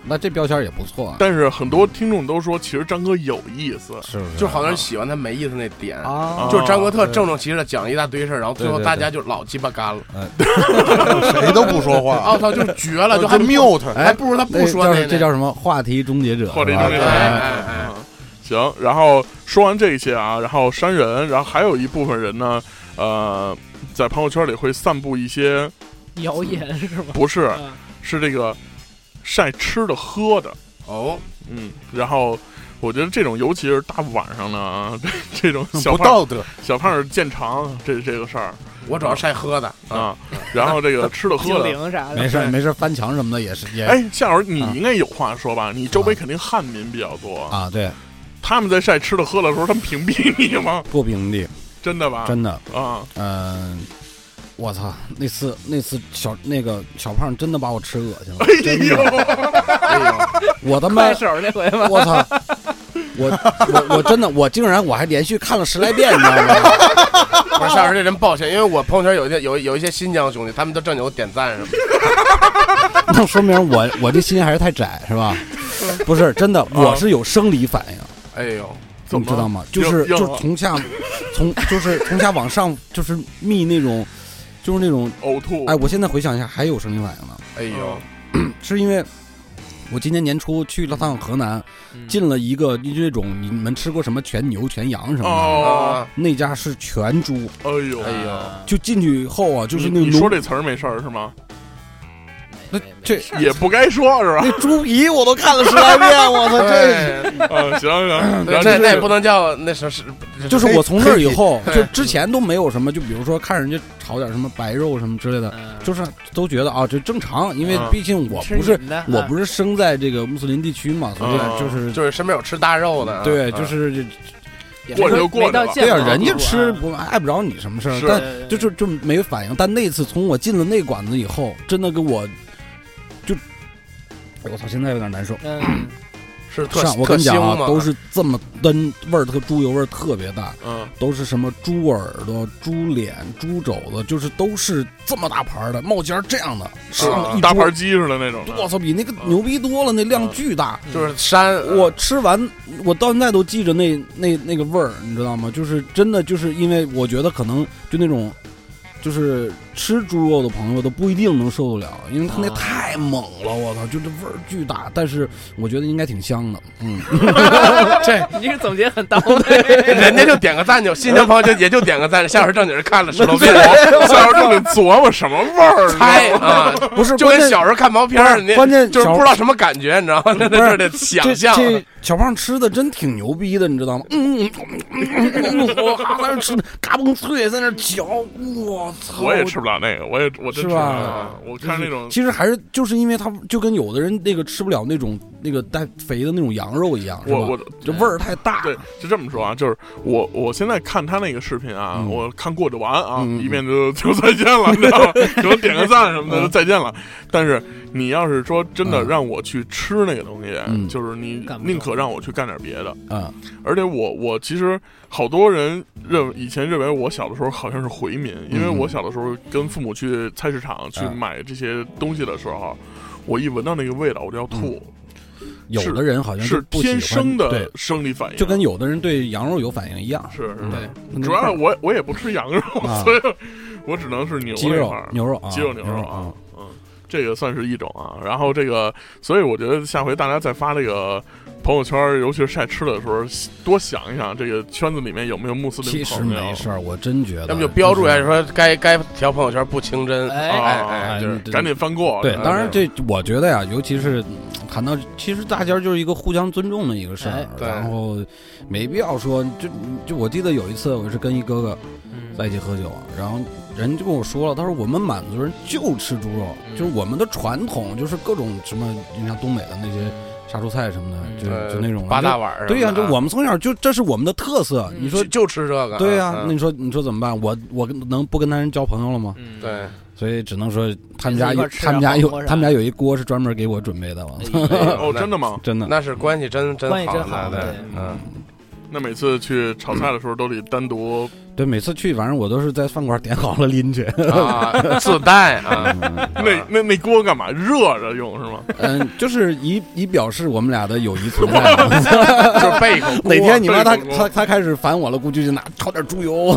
那这标签也不错啊，但是很多听众都说，其实张哥有意思，是不是？就好多人喜欢他没意思那点。啊就是张哥特郑重其事的讲一大堆事儿，然后最后哦对对对大家就老鸡巴干了，谁都不说 [LAUGHS] 我哦话，操，就绝哦了，就就还不 mute，还不如他不哎那说叫那是这叫什么？话题终 [LAUGHS] 结者，或者一是种吧这对种。哎嗯行，然后说完这些啊，然后删人，然后还有一部分人呢，呃，在朋友圈里会散布一些 [LAUGHS] 谣言是吗？不是啊是这个晒吃的喝的，哦，嗯，然后我觉得这种尤其是大晚上呢，啊， [LAUGHS] 这这种小不胖道德，小胖儿见长这这个事儿我主要哦晒 [LAUGHS] 喝的啊，啊，然后这个吃的喝精的。灵啥的，没事儿没事儿，翻墙什么的也是也哎，夏老师，你啊应该有话说吧？你周围啊肯定汉民比较多，啊，对，他们在晒吃的喝的时候，他们屏蔽你吗？不平地，真的吧？真的，啊，嗯、我操，那次那次小那个小胖真的把我吃恶心了哎，真呦，的，哎 [LAUGHS] 我他妈快，手那回吗？我操，我我我真的，我竟然我还连续看了十来遍，你知道吗？我上这人抱歉，因为我朋友圈有一些有有一些新疆兄弟，他们都正经给我点赞什么的， [LAUGHS] 那说明我我这心还是太窄，是吧？不是真的，我是有生理反应，哎呦，啊怎你么知道了吗？就是硬就了是从下，从就是从下往上，就是密那种，就是那种。呕吐？哎，我现在回想一下，还有生理反应呢，哎呦，是因为我今年年初去了趟河南，嗯进了一个就是那种你们吃过什么全牛、全羊什么的，哦，啊，那家是全猪，哎呦，哎呦就进去以后啊，就是那你你个说浓这词儿没事儿是吗？那这也不该说是 [LAUGHS] 吧？那 [LAUGHS] 猪皮我都看了十来遍，我操，哦这是。对嗯，行行，然后这就那也是不能叫那什么是，就是我从那儿以后，黑就之前都没有什么，就比如说看人家炒点什么白肉什么之类的，就是都觉得啊，这正常，因为嗯毕竟我不是我不是生在这个穆斯林地区嘛，所嗯以就是就是身边有吃大肉的，对，啊就是过去就过去了对呀，人家吃不碍不着你什么事儿，是但就就就没反应。但那次从我进了那馆子以后，真的给我就我操，现在有点难受。嗯，是特上我跟你讲特腥嘛啊，都是这么跟味儿特猪油味儿特别大，嗯，都是什么猪耳朵、猪脸、猪肘子，就是都是这么大盘儿的，冒尖儿这样的，上一是嗯大盘盘，鸡似的那种的。 [LAUGHS] 我操，比那个牛逼多了，那量巨大。就是膻，我吃完，我到现在都记着那那那个味儿，你知道吗？就是真的，就是因为我觉得可能就那种，就是吃猪肉的朋友都不一定能受得了，因为它那啊太猛了，我操，就这味儿巨大。但是我觉得应该挺香的，嗯， [LAUGHS] 这你这个总结很到位。呃人家就点个赞就，新疆朋友就也就点个赞，下回正经是看了十多遍下边正得琢磨什么味儿， [LAUGHS] [LAUGHS] 猜啊，不是，就关跟键小时候看毛片儿，你关键就是小不知道什么感觉，你知道吗？ [LAUGHS] 那就是得想这象。这小胖吃的真挺牛逼的，你知道吗？嗯，嗯嗯嗯嗯我咔在那吃，嘎嘣脆，在那嚼，我操！我也吃不了那个，我也我真吃是不吧了。我就是看那种其实还是就是因为他就跟有的人那个吃不了那种那个带肥的那种羊肉一样，是吧？我我这味儿太大， [LAUGHS] 对是这么说啊，就是我我现在看他那个视频啊，嗯我看过着玩啊，嗯嗯一遍就就再见了，你知道吗？给我点个赞什么的，嗯就再见了。但是你要是说真的嗯让我去吃那个东西，嗯就是你干不宁动可让我去干点别的。啊，而且我我其实好多人认以前认为我小的时候好像是回民，因为嗯我小的时候跟父母去菜市场去嗯买这些东西的时候，我一闻到那个味道我就要吐，有的人嗯好像就是不喜欢天生的对，生理反应，啊就跟有的人对羊肉有反应一样。是是对，那主块要儿是我我也不吃羊肉，啊 [LAUGHS] 所以我只能是牛鸡那肉块儿、牛肉啊，鸡肉、牛肉肉啊，，嗯，这个算是一种啊。然后这个，所以我觉得下回大家在发这个朋友圈，尤其是晒吃的时候，多想一想这个圈子里面有没有穆斯其林实朋友。啊没事儿，我真觉得，要么就标注一下，是说该该条朋友圈不清真，哎哎哎就是哎对赶紧翻过。对，这个当然这我觉得呀，尤其是嗯谈到其实大家就是一个互相尊重的一个事儿哎，对然后没必要说就就我记得有一次我是跟一哥哥在一起喝酒，然后人就跟我说了，他说我们满族人就吃猪肉，嗯就是我们的传统就是各种什么，你像东北的那些杀猪菜什么的，嗯就呃就那种八大就碗儿什么的啊。对呀，就我们从小就这是我们的特色，你嗯就说。就吃这个。对呀、嗯那你说你说怎么办？我我能不跟他人交朋友了吗？嗯，对，所以只能说他们家一块有儿吃他们家点火锅有啥他们家有一锅是专门给我准备的，我操 [LAUGHS] 哎哎哦，那真的吗？真的。那是关系真真关系好真的，好对对，嗯，那每次去炒菜的时候都得单独对，每次去反正我都是在饭馆点好了拎去。啊，自带 [LAUGHS] 啊，嗯那那那锅干嘛？热着用是吗？ [LAUGHS] 嗯，就是以以表示我们俩的友谊存在。啊就是备一口锅。 [LAUGHS] 哪天你妈他对对对他他开始烦我了，估计就拿炒点猪 [LAUGHS] 油，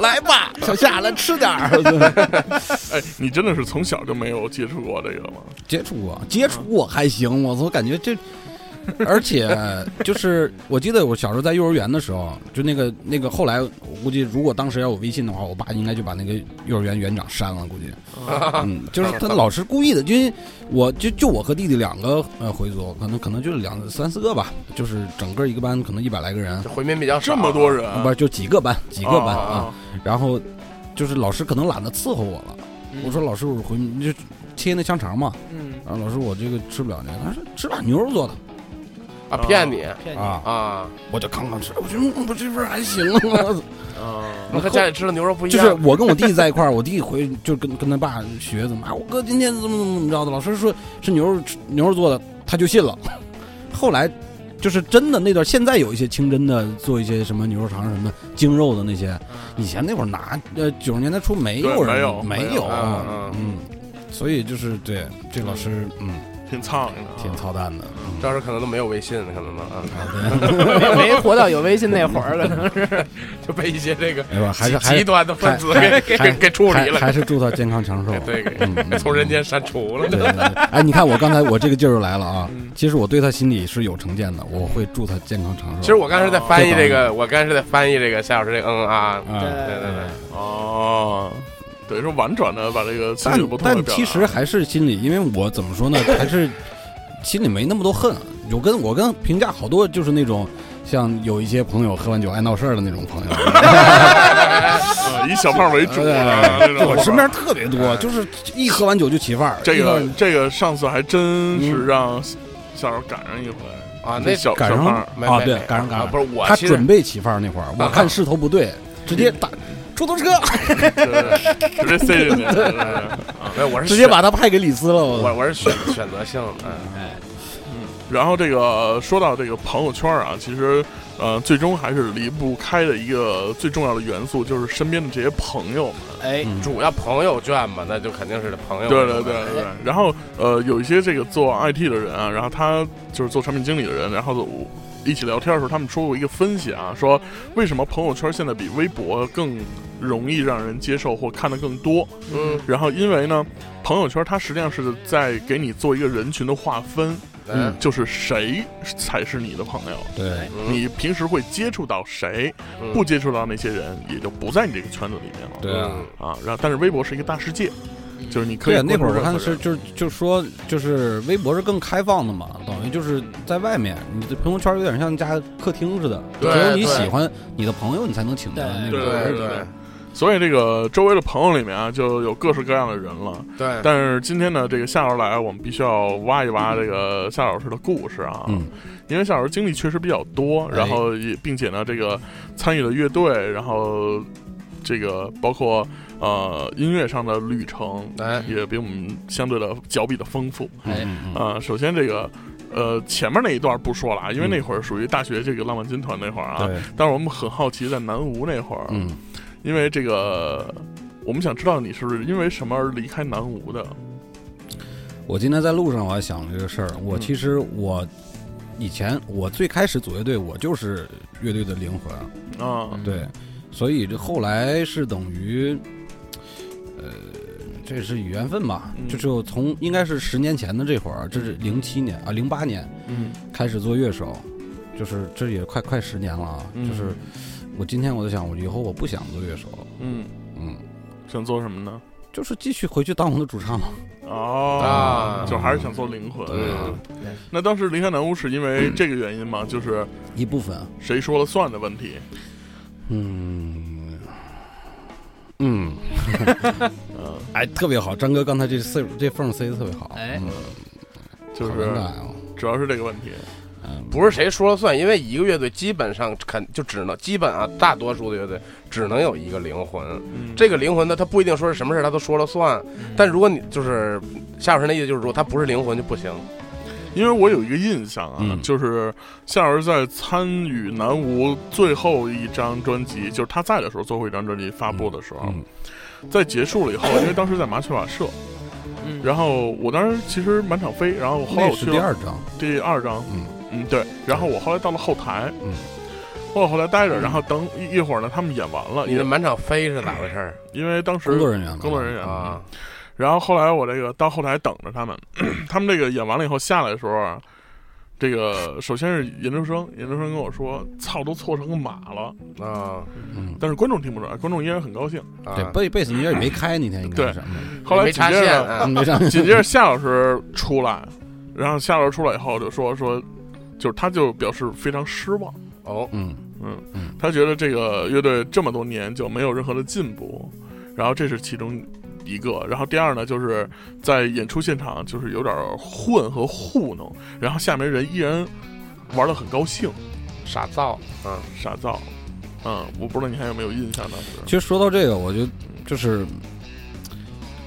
来吧，小夏来吃点 [LAUGHS] 儿。哎，你真的是从小就没有接触过这个吗？接触过，接触过还行，我总感觉这。 [LAUGHS] 而且就是，我记得我小时候在幼儿园的时候，就那个那个，后来我估计如果当时要有微信的话，我爸应该就把那个幼儿园园长删了，估计。嗯，就是他老是故意的，因为我就就我和弟弟两个呃回族，可能可能就是两三四个吧，就是整个一个班可能一百来个人，这回民比较少这么多人，啊不是就几个班几个班啊哦，，然后就是老师可能懒得伺候我了，嗯我说老师我回你就切那香肠嘛，嗯，然后老师我这个吃不了那个，他说吃吧牛肉做的啊，骗你哎骗你，啊，啊，我就刚刚吃，我觉得我这味儿还行，啊我哦那和家里吃的牛肉不一就样。 [LAUGHS] 是我跟我弟在一块儿，我弟回就跟跟他爸学怎么啊，我哥今天怎么怎么怎么着的，老师说是牛肉吃牛肉做的，他就信了。后来就是真的那段，现在有一些清真的做一些什么牛肉肠什么精肉的那些，嗯以前那会儿拿呃九十年代初没有啊对人没有没没有有嗯嗯嗯，所以就是对这老师嗯挺苍蝇的啊，挺操蛋的。当时可能都没有微信，可能都啊，嗯 [LAUGHS] 没没活到有微信那会儿，可能是 [LAUGHS] 就被一些这个没吧？还是极还 [LAUGHS] 极是端的分子给给还给给处理还还了，是祝他健康长寿。 [LAUGHS] 对，给嗯，从人间删除了。对。对对，哎，你看我刚才我这个劲儿就来了啊！其实我对他心里是有成见的，我会祝他健康长寿。 [LAUGHS] 其实我刚才是在翻译这个，我刚才是在翻译这个夏老师这个嗯啊，啊，对对对，哦，等于说婉转的把这个情绪但不同的但表达其实还是心里，因为我怎么说呢，还是心里没那么多恨。啊有跟我跟评价好多就是那种像有一些朋友喝完酒爱闹事儿的那种朋友，啊以小胖为主啊，这对，种我身边特别多，就是一喝完酒就起范儿。这一喝个完这个上次还真是让小时候赶上一回啊，那小赶小上胖儿没啊没对没赶上赶上啊不是我他其实准备起范儿那会儿，我看势头不对，直接打出租车，对对对直接塞进去，对对对没有我是直接选把他派给李斯了。我我我是选选择性的，啊然后这个说到这个朋友圈啊，其实呃，最终还是离不开的一个最重要的元素，就是身边的这些朋友们。哎，嗯主要朋友圈嘛，那就肯定是朋友。对对对对。然后呃，有一些这个做 IT 的人啊，然后他就是做产品经理的人，然后我一起聊天的时候，他们说过一个分析啊，说为什么朋友圈现在比微博更容易让人接受或看得更多？嗯，然后因为呢，朋友圈它实际上是在给你做一个人群的划分，嗯，就是谁才是你的朋友。对，你平时会接触到谁，嗯不接触到那些人，也就不在你这个圈子里面了。对啊。嗯啊，然后但是微博是一个大世界，就是你可以对，那会儿我关看注任何是人就是就说就是微博是更开放的嘛，等于就是在外面，你的朋友圈有点像你家客厅似的，只对有你对喜欢你的朋友，你才能请他那对种。对对对对所以这个周围的朋友里面啊，就有各式各样的人了。哎对但是今天呢，这个夏老师来，我们必须要挖一挖这个夏老师的故事啊，嗯，因为夏老师经历确实比较多，哎然后也并且呢，这个参与了乐队，然后这个包括呃音乐上的旅程，哎也比我们相对的呃脚比的丰富。哎嗯，嗯嗯啊、首先这个，呃，前面那一段不说了，啊，因为那会儿属于大学这个浪漫军团那会儿啊。嗯对，但是我们很好奇，在南吴那会儿，啊嗯，因为这个，我们想知道你是因为什么而离开南吴的。我今天在路上我还想了这个事儿，我其实我以前我最开始组乐队，我就是乐队的灵魂，啊、对，所以这后来是等于，呃，这是缘分吧，嗯就是我从应该是十年前的这会儿，这是零七年啊，零八年嗯，开始做乐手，就是这也快快十年了啊，嗯就是我今天我就想，我以后我不想做乐手，嗯，嗯，想做什么呢？就是继续回去当我们的主唱嘛，哦，啊就还是想做灵魂。对嗯啊那当时离开南吴是因为这个原因吗？就是一部分，谁说了算的问题。嗯。嗯， [LAUGHS] 嗯，哎，特别好，张哥刚才这塞这缝儿塞的特别好，哎嗯，就好敏感是哦，主要是这个问题。嗯，不是谁说了算，因为一个乐队基本上肯就只能基本啊，大多数的乐队只能有一个灵魂。嗯这个灵魂呢，他不一定说是什么事儿他都说了算，但如果你就是夏老师那意思就是说他不是灵魂就不行。因为我有一个印象啊，嗯就是夏老师在参与南无最后一张专辑，就是他在的时候，最后一张专辑发布的时候，嗯在结束了以后，因为当时在麻雀瓦舍，嗯然后我当时其实满场飞，然后后来那我是去第了二张，第二张，嗯对，然后我后来到了后台，嗯我后来待着，然后等一一会儿呢，他们演完了，你因这为满场飞是咋回事儿因为当时工作人员嘛，工作人员啊？然后后来我这个到后台等着他们，他们这个演完了以后下来的时候啊，这个首先是研究生，研究生跟我说：“操，都错成个马了。啊”嗯，但是观众听不出来，观众依然很高兴。啊对，贝贝斯你这也没开那天应该是，嗯后来没紧插接线着，啊没上， [LAUGHS] 紧接着夏老师出来，然后夏老师出来以后就说说，就是他就表示非常失望，哦，嗯，他觉得这个乐队这么多年就没有任何的进步，然后这是其中。一个，然后第二呢，就是在演出现场就是有点混和糊弄，然后下面人依然玩的很高兴，傻造啊，傻造，嗯，我不知道你还有没有印象当时其实说到这个，我就就是嗯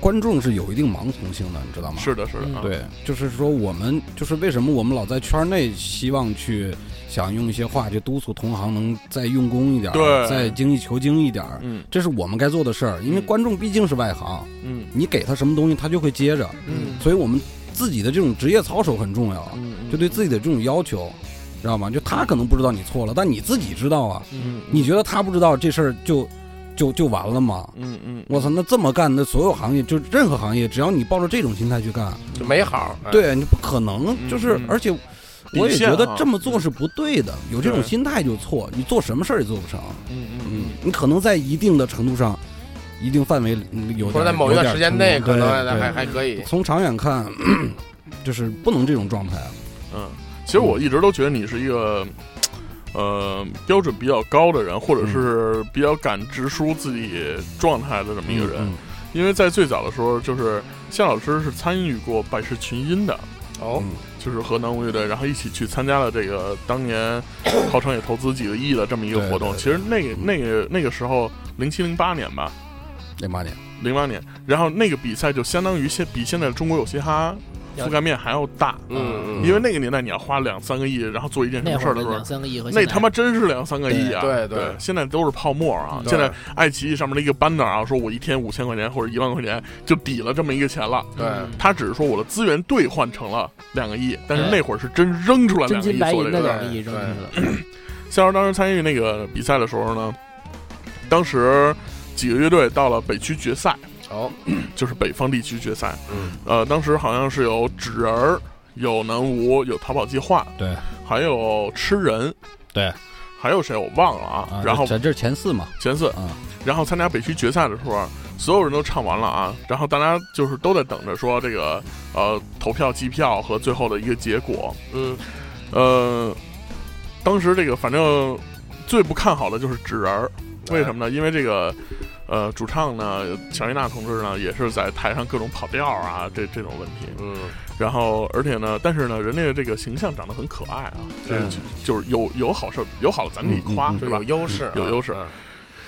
观众是有一定盲从性的，你知道吗？是的，是的，啊，嗯对，就是说我们就是为什么我们老在圈内希望去想用一些话去督促同行能再用功一点儿，对再精益求精一点儿，嗯这是我们该做的事儿，因为嗯观众毕竟是外行，嗯你给他什么东西他就会接着，嗯所以我们自己的这种职业操守很重要啊，嗯就对自己的这种要求，知道吗？就他可能不知道你错了，但你自己知道啊。嗯你觉得他不知道这事儿就就就完了吗？嗯嗯，我操，那这么干，那所有行业就任何行业，只要你抱着这种心态去干，就没好。哎，对你不可能嗯，就是嗯而且我也底线觉得啊这么做是不对的，嗯有这种心态就错，你做什么事儿也做不成。嗯嗯，你可能在一定的程度上，一定范围里嗯有点或者在某一段时间内，可能还对对还还可以。从长远看， [COUGHS] 就是不能这种状态啊。嗯，其实我一直都觉得你是一个，呃，标准比较高的人，或者是比较敢直抒自己状态的这么一个人。嗯因为在最早的时候，就是夏老师是参与过百事群英的，嗯哦，就是和南无乐队，然后一起去参加了这个当年号称也投资几个亿的这么一个活动。对对对嗯其实那个那个那个时候，零七零八年吧，零八年，零八年，然后那个比赛就相当于现比现在中国有嘻哈覆盖面还要大。嗯嗯，因为那个年代你要花两三个亿，然后做一件什那么事会儿儿的时的候两，三个亿和那现在他妈真是两三个亿啊！对对对对现在都是泡沫啊！嗯对现在爱奇艺上面的一个 banner 啊，说我一天五千块钱或者一万块钱就抵了这么一个钱了。对嗯他只是说我的资源兑换成了两个亿，但是对那会儿是真扔出来真两个亿金白做银这的个事儿。两个亿扔进去了，夏老师当时参与那个比赛的时候呢，当时几个乐队到了北区决赛，哦，就是北方地区决赛。嗯，呃，当时好像是有纸人儿，有南无，有逃跑计划，对，还有吃人，对，还有谁我忘了啊。啊然后这这是前四嘛，前四，啊嗯然后参加北区决赛的时候，啊所有人都唱完了啊，然后大家就是都在等着说这个呃投票计票和最后的一个结果。嗯，呃，当时这个反正最不看好的就是纸人儿，哎为什么呢？因为这个。呃，主唱呢，乔伊娜同志呢，也是在台上各种跑调啊，这这种问题。嗯？然后，而且呢，但是呢，人家这个形象长得很可爱啊，就是就是有有好事，有好的咱们得夸，嗯嗯嗯，是就吧？有优势啊，有优势嗯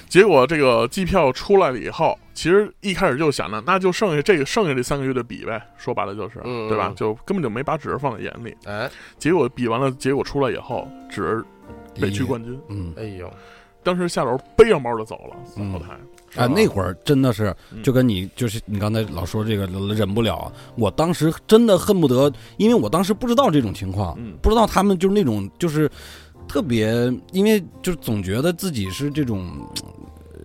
结果这个计票出来了以后，其实一开始就想呢，那就剩下这个剩下这三个月的比呗，说白了就是，嗯对吧嗯？就根本就没把纸儿放在眼里。哎，结果比完了，结果出来以后，纸儿被第一区冠军。嗯哎呦，当时下楼背上包就走了，嗯后台。啊，那会儿真的是嗯就跟你就是你刚才老说这个忍不了，我当时真的恨不得，因为我当时不知道这种情况，嗯不知道他们就是那种就是特别，因为就是总觉得自己是这种。呃，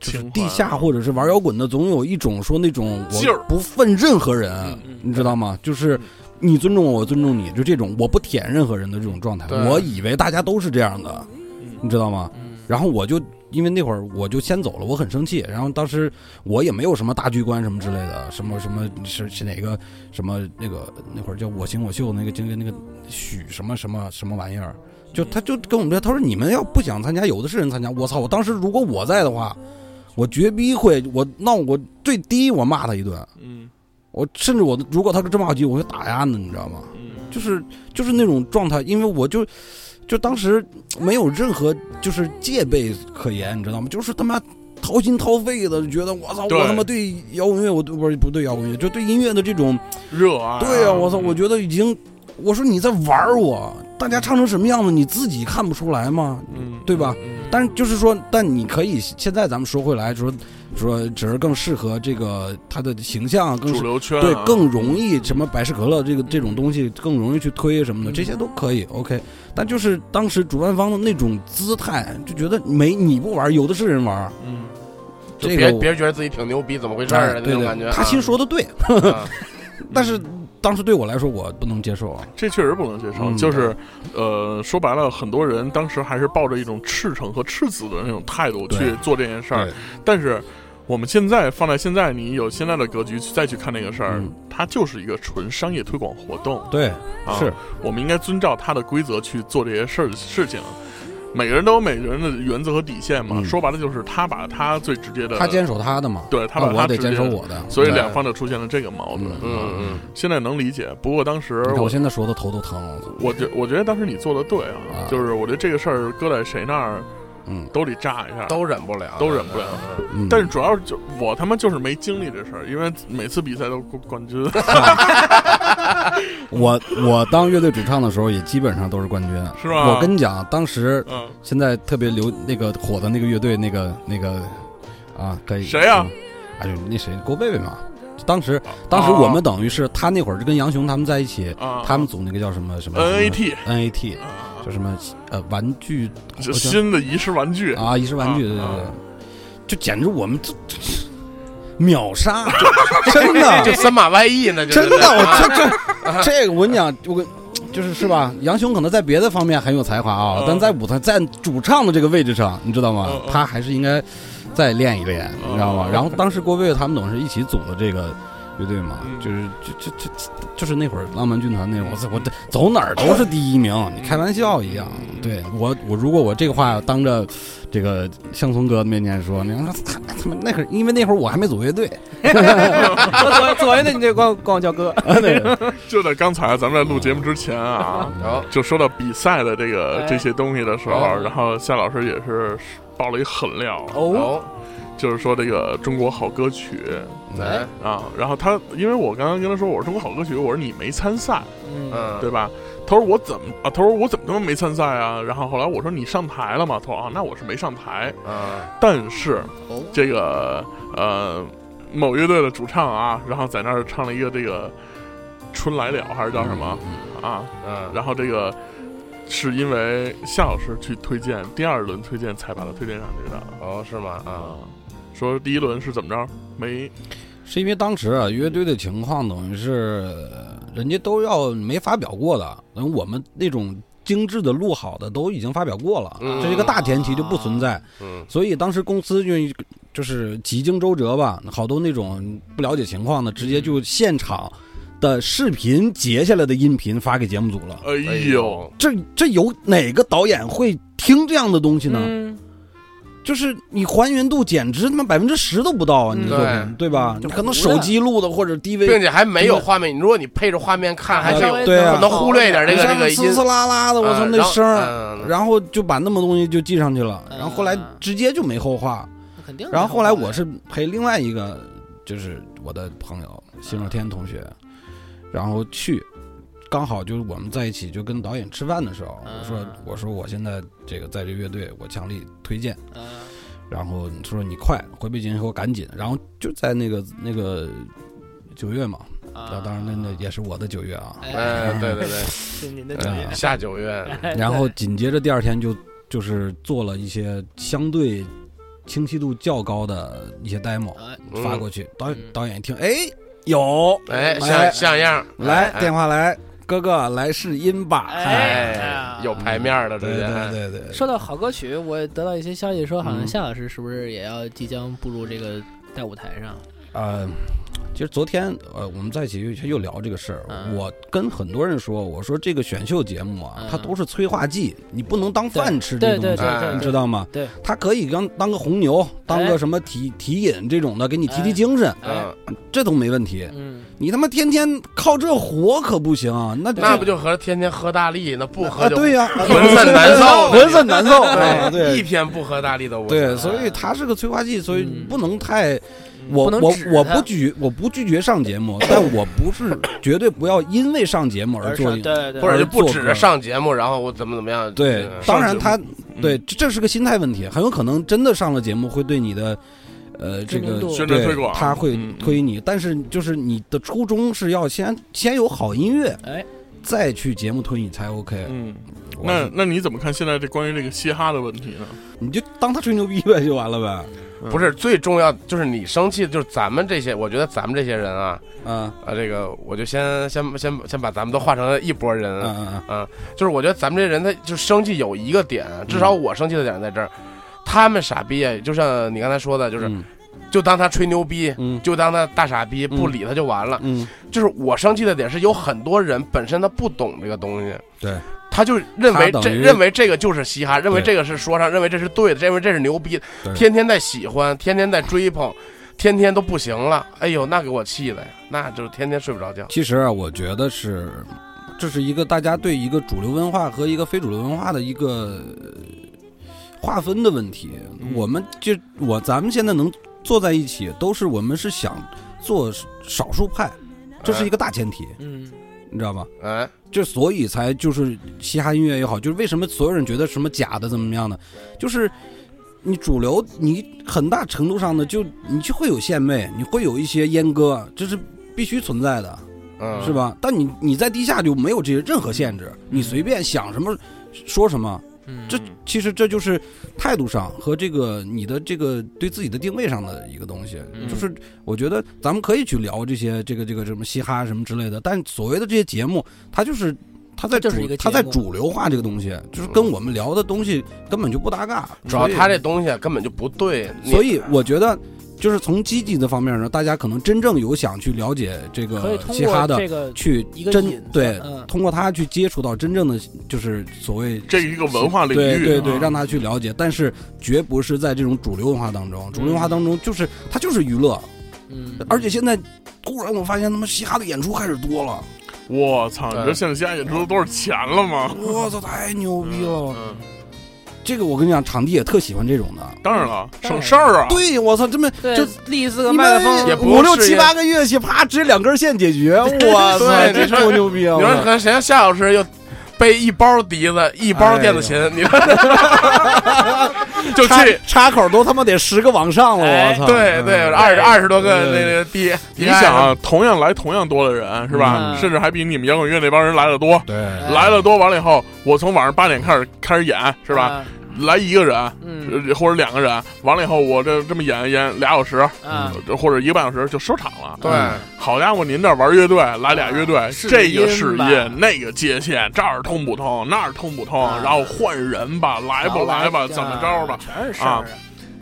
就是情怀啊地下或者是玩摇滚的，总有一种说那种劲儿我不愤任何人，嗯你知道吗？就是嗯你尊重我，我尊重你，就这种我不舔任何人的这种状态对。我以为大家都是这样的，你嗯知道吗？然后我就因为那会儿我就先走了，我很生气。然后当时我也没有什么大局观什么之类的，什么什么是是哪个什么那个那会儿叫我行我秀那个那个那个许什么什么什么玩意儿，就他就跟我们说，他说你们要不想参加，有的是人参加。我操！我当时如果我在的话，我绝逼会我闹我最低我骂他一顿，嗯我甚至我如果他这么好急，我会打压呢，你知道吗？嗯就是就是那种状态，因为我就就当时没有任何就是戒备可言，你知道吗？就是他妈掏心掏肺的觉得我操，对我他妈对摇滚乐，我对不是不对摇滚乐，就对音乐的这种，热爱。啊对呀、嗯我操，我觉得已经，我说你在玩我，大家唱成什么样子你自己看不出来吗？嗯对吧？嗯但是就是说，但你可以现在咱们说回来说说，只是更适合这个他的形象，更适主流圈啊对，更容易什么百事可乐这个这种东西更容易去推什么的，嗯这些都可以 OK。但就是当时主办方的那种姿态，就觉得没你不玩，有的是人玩。嗯就这别个我别人觉得自己挺牛逼，怎么回事哎儿啊？那对种对，感觉啊。他其实说 [LAUGHS] 的对，啊，但是当时对我来说我不能接受啊。这确实不能接受，嗯就是，呃，说白了，很多人当时还是抱着一种赤诚和赤子的那种态度对去做这件事儿对，但是我们现在放在现在，你有现在的格局去再去看这个事儿，嗯它就是一个纯商业推广活动对，啊，是我们应该遵照它的规则去做这些事儿事情。每个人都有每个人的原则和底线嘛，嗯说白了就是他把他最直接的，他坚守他的嘛，对他那把我他得直接坚守的，我的。所以对两方就出现了这个矛盾。嗯啊嗯现在能理解，不过当时你看我我现在说的头都疼了。我操我觉我觉得当时你做的对啊，啊就是我觉得这个事儿搁在谁那儿嗯都得炸一下嗯，。都忍不了，都忍不了嗯。嗯，但是主要是就我他妈就是没经历这事儿，因为每次比赛都冠冠军。我我当乐队主唱的时候，也基本上都是冠军。是吧我跟你讲，当时嗯，现在特别流那个火的那个乐队，那个那个啊，可以谁呀啊嗯哎呦，那谁郭贝贝嘛，当时当时我们等于是他那会儿就跟杨雄他们在一起，啊，他们组嗯那个叫什么什么 NAT NAT 啊叫什么呃玩具这新的遗失玩具啊，仪式玩具，对对啊对，就简直我们这这秒杀，真 [LAUGHS] [LAUGHS] 的就三马外溢呢，就真是啊的，我这这这个我跟你讲，我跟就是是吧？杨雄可能在别的方面很有才华啊嗯，但在舞台在主唱的这个位置上，你知道吗嗯？嗯他还是应该再练一练，嗯你知道吗嗯？然后当时郭飞他们等是一起组的这个。乐队嘛嗯，就是就就就就是那会儿浪漫军团那种，我操，我这走哪儿都是第一名，你开玩笑一样。对我，我如果我这个话当着这个向松哥面前说，你看他他妈那会儿，因为那会儿我还没组 [LAUGHS] 乐队，我左左右的你就管我管我叫哥，对，就在刚才咱们在录节目之前嗯啊，然后就说到比赛的这个哎这些东西的时候，哎然后夏老师也是爆了一狠料，哦，就是说这个中国好歌曲哎来，啊，然后他因为我刚刚跟他说我是中国好歌曲，我说你没参赛嗯，嗯，对吧？他说我怎么啊？他说我怎么他妈没参赛啊？然后后来我说你上台了吗？他说啊，那我是没上台，啊，但是哦这个呃某乐队的主唱啊，然后在那儿唱了一个这个春来了还是叫什么啊？嗯，然后这个是因为夏老师去推荐，第二轮推荐才把他推荐上去的哦，是吗？啊，，说第一轮是怎么着？没是因为当时啊，乐队的情况等于是呃人家都要没发表过的，然后我们那种精致的录好的都已经发表过了，嗯这是一个大前提就不存在。嗯，所以当时公司愿意就是几经周折吧，好多那种不了解情况的，直接就现场的视频截下来的音频发给节目组了。哎呦，，这这有哪个导演会听这样的东西呢？嗯，就是你还原度简直他妈百分之十都不到啊！你嗯作品对吧？就你可能糊了手机录的或者 DV 并且还没有画面，你如果你配着画面看，还是啊有对啊能忽略一点这你个像这个呲音呲。啦啦的，我操嗯那声然儿，后嗯然后就把那么东西就记上去了，然后后来嗯直接就没后话。那肯定。然后后来我，是陪另外一个就是我的朋友辛若天同学，然后去，刚好就是我们在一起就跟导演吃饭的时候，我说嗯我说我现在这个在这乐队我强力推荐，嗯然后他说你快回北京以后赶紧，然后就在那个那个九月嘛，啊当当然那那也是我的九月啊，哎，嗯，对对对，是您的嗯专业。哎下九月，哎然后紧接着第二天就就是做了一些相对清晰度较高的一些 demo 哎嗯发过去，导演嗯导演一听，哎，有哎，像哎像样，来哎电话来，哥哥来试音吧，哎哎，有牌面的，直对接，对对对对，说到好歌曲，我也得到一些消息说，好像嗯夏老师是不是也要即将步入这个在舞台上？呃。其实昨天，呃，我们在一起又又聊这个事儿。嗯我跟很多人说，我说这个选秀节目啊嗯，它都是催化剂，你不能当饭吃这对东对西。对对，你哎知道吗？对，他可以当当个红牛，当哎个什么提提饮这种的，给你提提哎精神，哎，嗯，这都没问题。嗯，你他妈天天靠这活可不行啊！那那不就和天天喝大力，那不啊？喝就对 [LAUGHS] 呀，浑身难受浑身难受。 [LAUGHS] 哎哎一对天不啊喝大力都无所谓对，所以它是个催化剂，所以嗯不能太。我不能我指我它不拒我不拒绝上节目，但我不是 [COUGHS] 绝对不要因为上节目而而做上对对，或者就不做指歌着上节目，然后我怎么怎么样，呃对嗯，当然他嗯对这这是个心态问题，很有可能真的上了节目会对你的呃知这名个度宣传对推广他会嗯推你，但是就是你的初衷是要先先有好音乐，哎，再去节目推你才 OK。嗯，我那那你怎么看现在这关于这个嘻哈的问题呢？你就当他吹牛逼呗，就完了呗。不是最重要，就是你生气，就是咱们这些，我觉得咱们这些人啊，啊啊，这个我就先先先先把咱们都化成一拨人啊啊啊！就是我觉得咱们这人他就生气有一个点，至嗯少我生气的点在这儿，他们傻逼啊，就像你刚才说的，就是、嗯就当他吹牛逼。嗯就当他大傻逼，不理他就完了。嗯，就是我生气的点是，有很多人本身他不懂这个东西，对，他就认为他这等于认为这个就是嘻哈，认为对这个是说唱，认为这是对的，认为这是牛逼的，对天天在喜欢，天天在追捧，天天都不行了。哎呦，那给我气的呀，那就是天天睡不着觉。其实啊，我觉得是，这是一个大家对一个主流文化和一个非主流文化的一个呃划分的问题。嗯我们就我咱们现在能坐在一起，都是我们是想做少数派，这是一个大前提，嗯，你知道吧？哎，就所以才就是嘻哈音乐也好，就是为什么所有人觉得什么假的怎么样的，就是你主流，你很大程度上呢，就你就会有献媚，你会有一些阉割，这是必须存在的，嗯，是？吧？但你你在地下就没有这些任何限制，你随便想什么说什么。嗯这其实这就是态度上和这个你的这个对自己的定位上的一个东西，嗯就是我觉得咱们可以去聊这些这个这个什么嘻哈什么之类的，但所谓的这些节目，它就是它在它就是主一个节它在目主流化这个东西，就是嗯跟我们聊的东西根本就不搭嘎。主要所以他这东西啊根本就不对，你所以我觉得。就是从积极的方面呢，大家可能真正有想去了解这可个以通嘻哈过的，这个去一个引真子对，嗯通过他去接触到真正的就是所谓这一个文化领对域，对对，啊让他去了解，但是绝不是在这种主流文化当中。主流文化当中就是它就是娱乐，嗯，而且现在突然我发现他妈嘻哈的演出开始多了，啊我操！你对这现在现在演出都多少钱了吗？ [LAUGHS] 我操，太牛逼了！嗯，这个我跟你讲，场地也特喜欢这种啊的。当然了，当然省事儿啊。对，我操，这么对就立四个麦克风也不五六是七也八个乐器，啪，直接两根线解 [LAUGHS] 决，我操，对这你说够牛逼啊你说可了！能谁像夏老师又背一包笛子，一包电子琴，哎你说就插这。插口都他妈得十个往上了，我操！哎 [LAUGHS] 嗯对对，二十二十多个对那个地，你地下想啊，同样来同样多的人是吧？嗯甚至还比你们摇滚乐那帮人来的多。对，哎来了多完了以后，我从晚上八点开始开始演是吧？？来一个人嗯呃或者两个人，完了以后我这这么演演俩小时啊，或者一个半小时就收场了。对，好家伙，您这玩乐队来俩乐队，试这个音是吧音，那个界限，这儿通不通，那儿通不通，啊然后换人吧，来不来吧，这怎么着吧？全是事儿啊。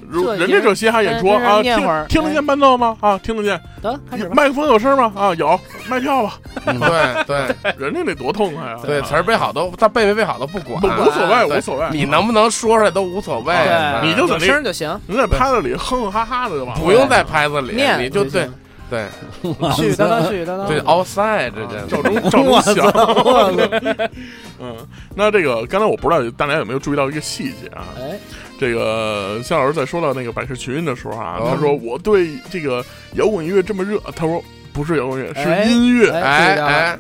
如这人也家是这嘻哈演出呃跟跟人啊，念听会儿听得见伴奏吗？啊，听得见。得开始吧。麦克风有声吗？啊， [LAUGHS] 有，卖票吧。对嗯对人家那多痛快啊！哎对，词儿背好都，他背没背好都不管啊不，无所谓，对无所谓。 [LAUGHS] 你能不能说出来都无所谓，对你就在有那声儿就行，你在拍子里哼哼哈哈的就完了，不用在拍子里，念你就对行嗯对 [LAUGHS] 絮絮叨叨，絮絮叨叨。 [LAUGHS] 对 outside 这啊这照 [LAUGHS] 中照中响。 [LAUGHS] 嗯，那这个刚才我不知道大家有没有注意到一个细节啊？哎，这个夏老师在说到那个百事群的时候啊，哦他说我对这个摇滚乐这么热，他说不是摇滚乐，哎是音乐。哎哎注意到了哎，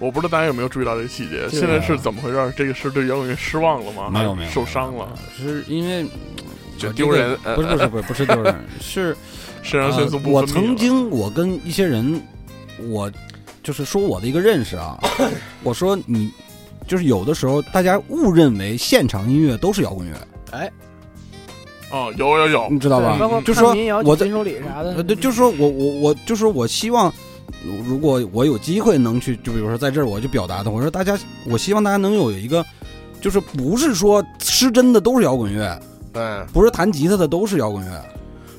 我不知道大家有没有注意到这个细节，对啊现在是怎么回事？这个是对摇滚乐失望了吗？没有没有受伤了，，是因为嗯就我这丢个人不是呃不是不是不是 [LAUGHS] 丢人，是肾上腺素呃不我分泌曾了经我跟一些人，我就是说我的一个认 [LAUGHS] 识啊，我说你就是有的时候大家误认为现场音乐都是摇滚乐，哦，有有有，你知道对包吧？括就看说民谣、我在金手里啥的呃，，对，就是说我我我就是我希望。如果我有机会能去，就比如说在这儿，我就表达的，我说大家，我希望大家能有一个，就是不是说失真的都是摇滚乐，对，不是弹吉他的都是摇滚乐，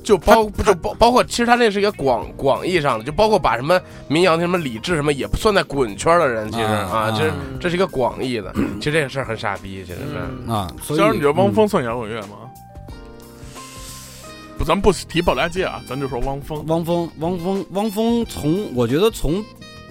就包就包包括，其实他那是一个广广义上的，就包括把什么民谣、那什么李志什么也不算在滚圈的人，其实嗯啊啊，这啊这是一个广义的。其实这个事儿很傻逼，其实是。嗯啊，所以虽然你觉得汪嗯峰算摇滚乐吗？不，咱们不提保家街啊，咱就说汪峰。汪峰，汪峰，汪峰从我觉得从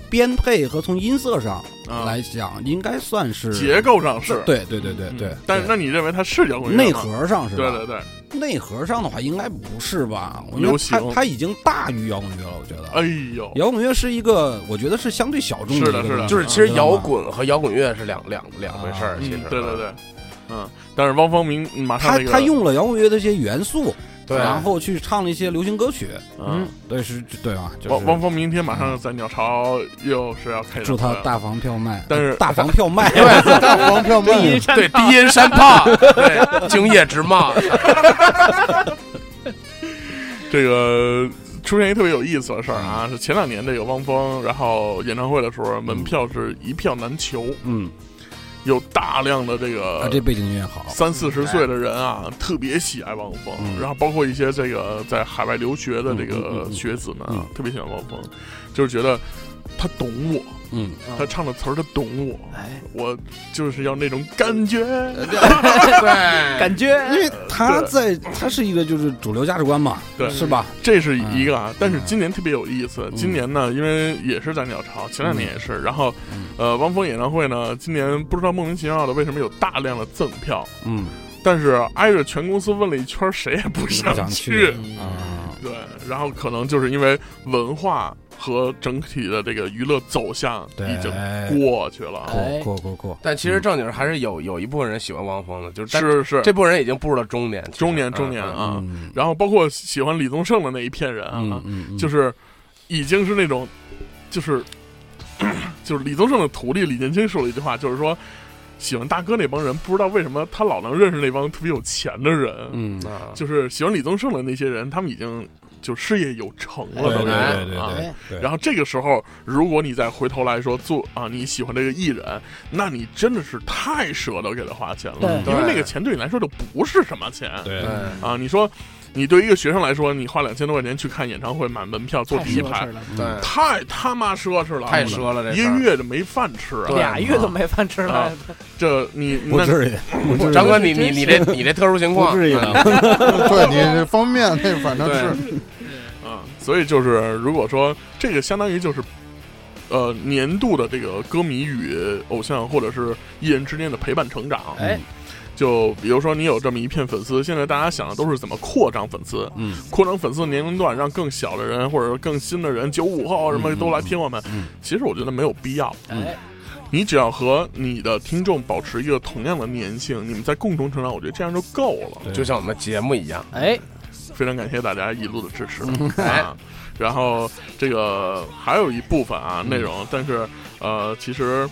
编配和从音色上啊来讲，应该算是结构上是，对对对对嗯对。对但是那你认为它是摇滚乐吗内？核上是吧？对对对，内核上的话应该不是吧？我觉流得行它它已经大于摇滚乐了，我觉得。哎呦，摇滚乐是一个，我觉得是相对小众是一的个是的东西就是其实你知道吗摇滚和摇滚乐是两两两回事儿，啊其实嗯，对对对，嗯，但是汪峰明马上他那个，他用了摇滚乐的一些元素，对然后去唱了一些流行歌曲，嗯，对是，对吧？就是汪汪峰明天马上在鸟巢又是要开演祝唱会他了大房票卖，呃但是大房票卖， [LAUGHS] 嗯大黄票卖第一对低音山炮，对精夜直骂，这个出现一特别有意思的事儿啊，嗯是前两年这个汪峰，然后演唱会的时候，门票是一票难求，嗯，有大量的这啊，个这背景音乐好，三四十岁的人啊，特别喜爱汪峰，嗯然后包括一些这个在海外留学的这嗯嗯个嗯嗯学子们啊，嗯特别喜欢汪峰，就是觉得他懂我，嗯，他唱的词儿他懂我，哎，我就是要那种感觉。对，感觉因为他对在他是一个就是主流价值观嘛，对是吧？这是一个嗯啊，但是今年特别有意思。今年呢，因为也是在鸟巢，前两年也是，然后嗯，呃，汪峰演唱会呢，今年不知道莫名其妙的为什么有大量的赠票，嗯，但是挨着全公司问了一圈，谁也不不想嗯去。啊，对，然后可能就是因为文化和整体的这个娱乐走向对已经过去了啊，哎过过过过，但其实正经还是有有一部分人喜欢汪峰的，就是但是是 [LAUGHS] 这部分人已经步入了中年，其实中年中年嗯啊。哎嗯然后包括喜欢李宗盛的那一片人啊，嗯嗯，就是是已经是那种，就是 [COUGHS] 就是李宗盛的徒弟李建清说了一句话，就是说喜欢大哥那帮人，不知道为什么他老能认识那帮特别有钱的人，嗯，啊，就是喜欢李宗盛的那些人，他们已经就事业有成了，对都对已经对对啊。对对，然后后这个时候，如果你再回头来说做啊，你喜欢这个艺人，那你真的是太舍得给他花钱了，嗯对因为对那个钱对你来说就不是什么钱，对对啊，你说你对于一个学生来说，你花两千多块钱去看演唱会，买门票坐太第一奢排侈，了，嗯对，太他妈奢嗯侈了，太奢了，这一事儿个月就没饭吃啊！对俩月都没饭吃啊了，这你不那至于，不至于张哥，你你你这你这特殊情况不至于嗯的，对你这方便面那反正对是啊，所以就是如果说这个相当于就是。呃，年度的这个歌迷与偶像或者是艺人之间的陪伴成长，哎，嗯就比如说你有这么一片粉丝，现在大家想的都是怎么扩张粉丝，嗯扩张粉丝的年龄段，让更小的人或者更新的人，九五后什么都来听我们。嗯其实我觉得没有必要，哎，你只要和你的听众保持一个同样的粘性，你们在共同成长，我觉得这样就够了。对就像我们节目一样，哎，非常感谢大家一路的支持、嗯哎啊！然后这个还有一部分啊内容，但是呃，其实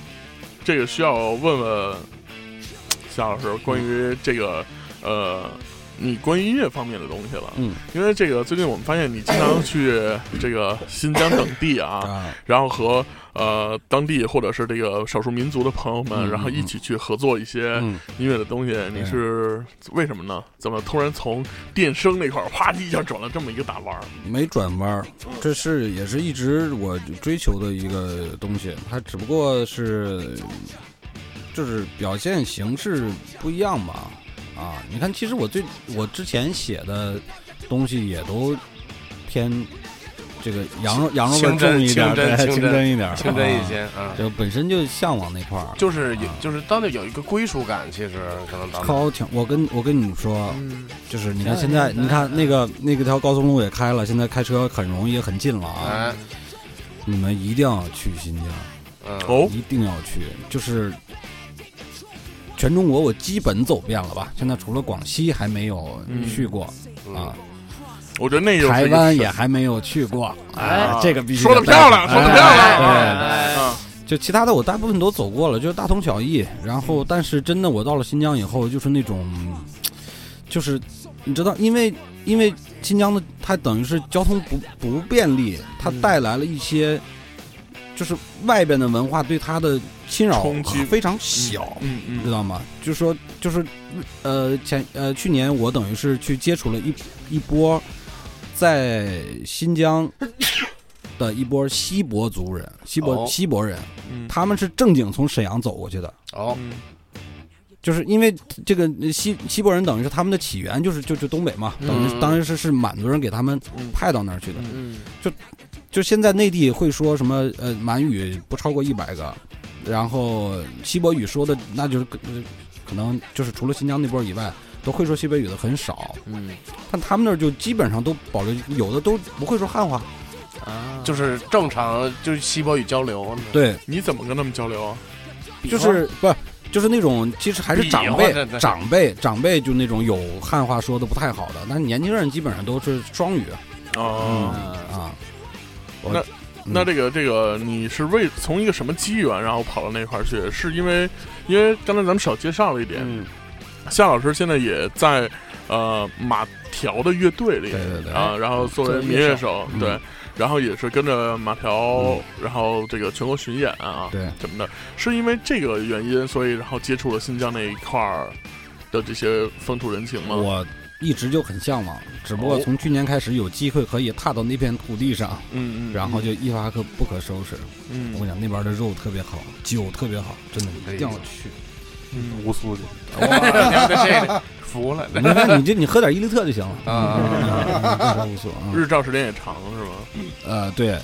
这个需要问问夏老师关于这个呃。你关于音乐方面的东西了，嗯，因为这个最近我们发现你经常去这个新疆等地啊，啊，然后和呃当地或者是这个少数民族的朋友们，嗯然后一起去合作一些嗯，音乐的东西。你是为什么呢？怎么突然从电声那块儿啪叽一下转了这么一个大弯儿？没转弯儿，这是也是一直我追求的一个东西，它只不过是就是表现形式不一样吧。啊，你看，其实我最我之前写的东西也都偏这个羊肉羊肉味儿清真重一点儿，清真清对清真真一点儿，清真一啊些啊，就本身就向往那块儿，就是有啊就是当地有一个归属感，其实可能当地超强。我跟我跟你们说，嗯，就是你看现前两在，天你咱看那个那个条高速公路也开了，现在开车很容易，很近了啊。哎你们一定要去新疆，嗯哦，一定要去，就是全中国我基本走遍了吧？现在除了广西还没有去过嗯啊，我觉得那又台是一个湾神也还没有 [LAUGHS] 去过，哎哎，这个必须说得得带漂亮哎说得哎漂亮对哎啊，就其他的我大部分都走过了，就是大同小异。然后，但是真的我到了新疆以后，就是那种，就是你知道，因为因为新疆的它等于是交通不不便利，它嗯带来了一些，就是外边的文化对它的侵扰冲击非常小。嗯嗯知道吗？就说就是，呃，前呃去年我等于是去接触了一一波在新疆的一波锡伯族人，锡伯、哦锡伯人，嗯，他们是正经从沈阳走过去的，哦嗯就是因为这个呃锡锡伯人等于是他们的起源就是就就东北嘛，等于嗯是当时是是满族人给他们嗯派到那儿去的。嗯，就现在内地会说什么呃满语不超过一百个，然后锡伯语说的那就是个呃可能就是除了新疆那波以外，都会说西北语的很少。嗯，但他们那儿就基本上都保留，有的都不会说汉话。啊，就是正常就是西伯语交流，对，你怎么跟他们交流啊？就是不就是那种其实还是长比划这辈这长辈长辈就那种有汉话说的不太好的，但是年轻人基本上都是双语哦，啊。那这个这个你是为从一个什么机缘，然后跑到那块儿去？是因为因为刚才咱们少介绍了一点，嗯，夏老师现在也在呃马条的乐队里对对对啊，然后作为民乐手，嗯对，然后也是跟着马条嗯，然后这个全国巡演啊，对，什么的，是因为这个原因，所以然后接触了新疆那一块儿的这些风土人情吗？我一直就很向往，只不嗯过哦从去年开始有机会可以踏到那片土地上，嗯嗯， [LAUGHS] 然后就一发可不可收拾。嗯我跟你讲，那边的肉特别好，酒特别好，真的哎呦一定要 [LAUGHS] 去。嗯乌苏里，哇，这个服了，你看，你这你喝点伊利特就行了 [LAUGHS] 啊啊啊啊，不错啊。日照时间也长是吗？呃，对，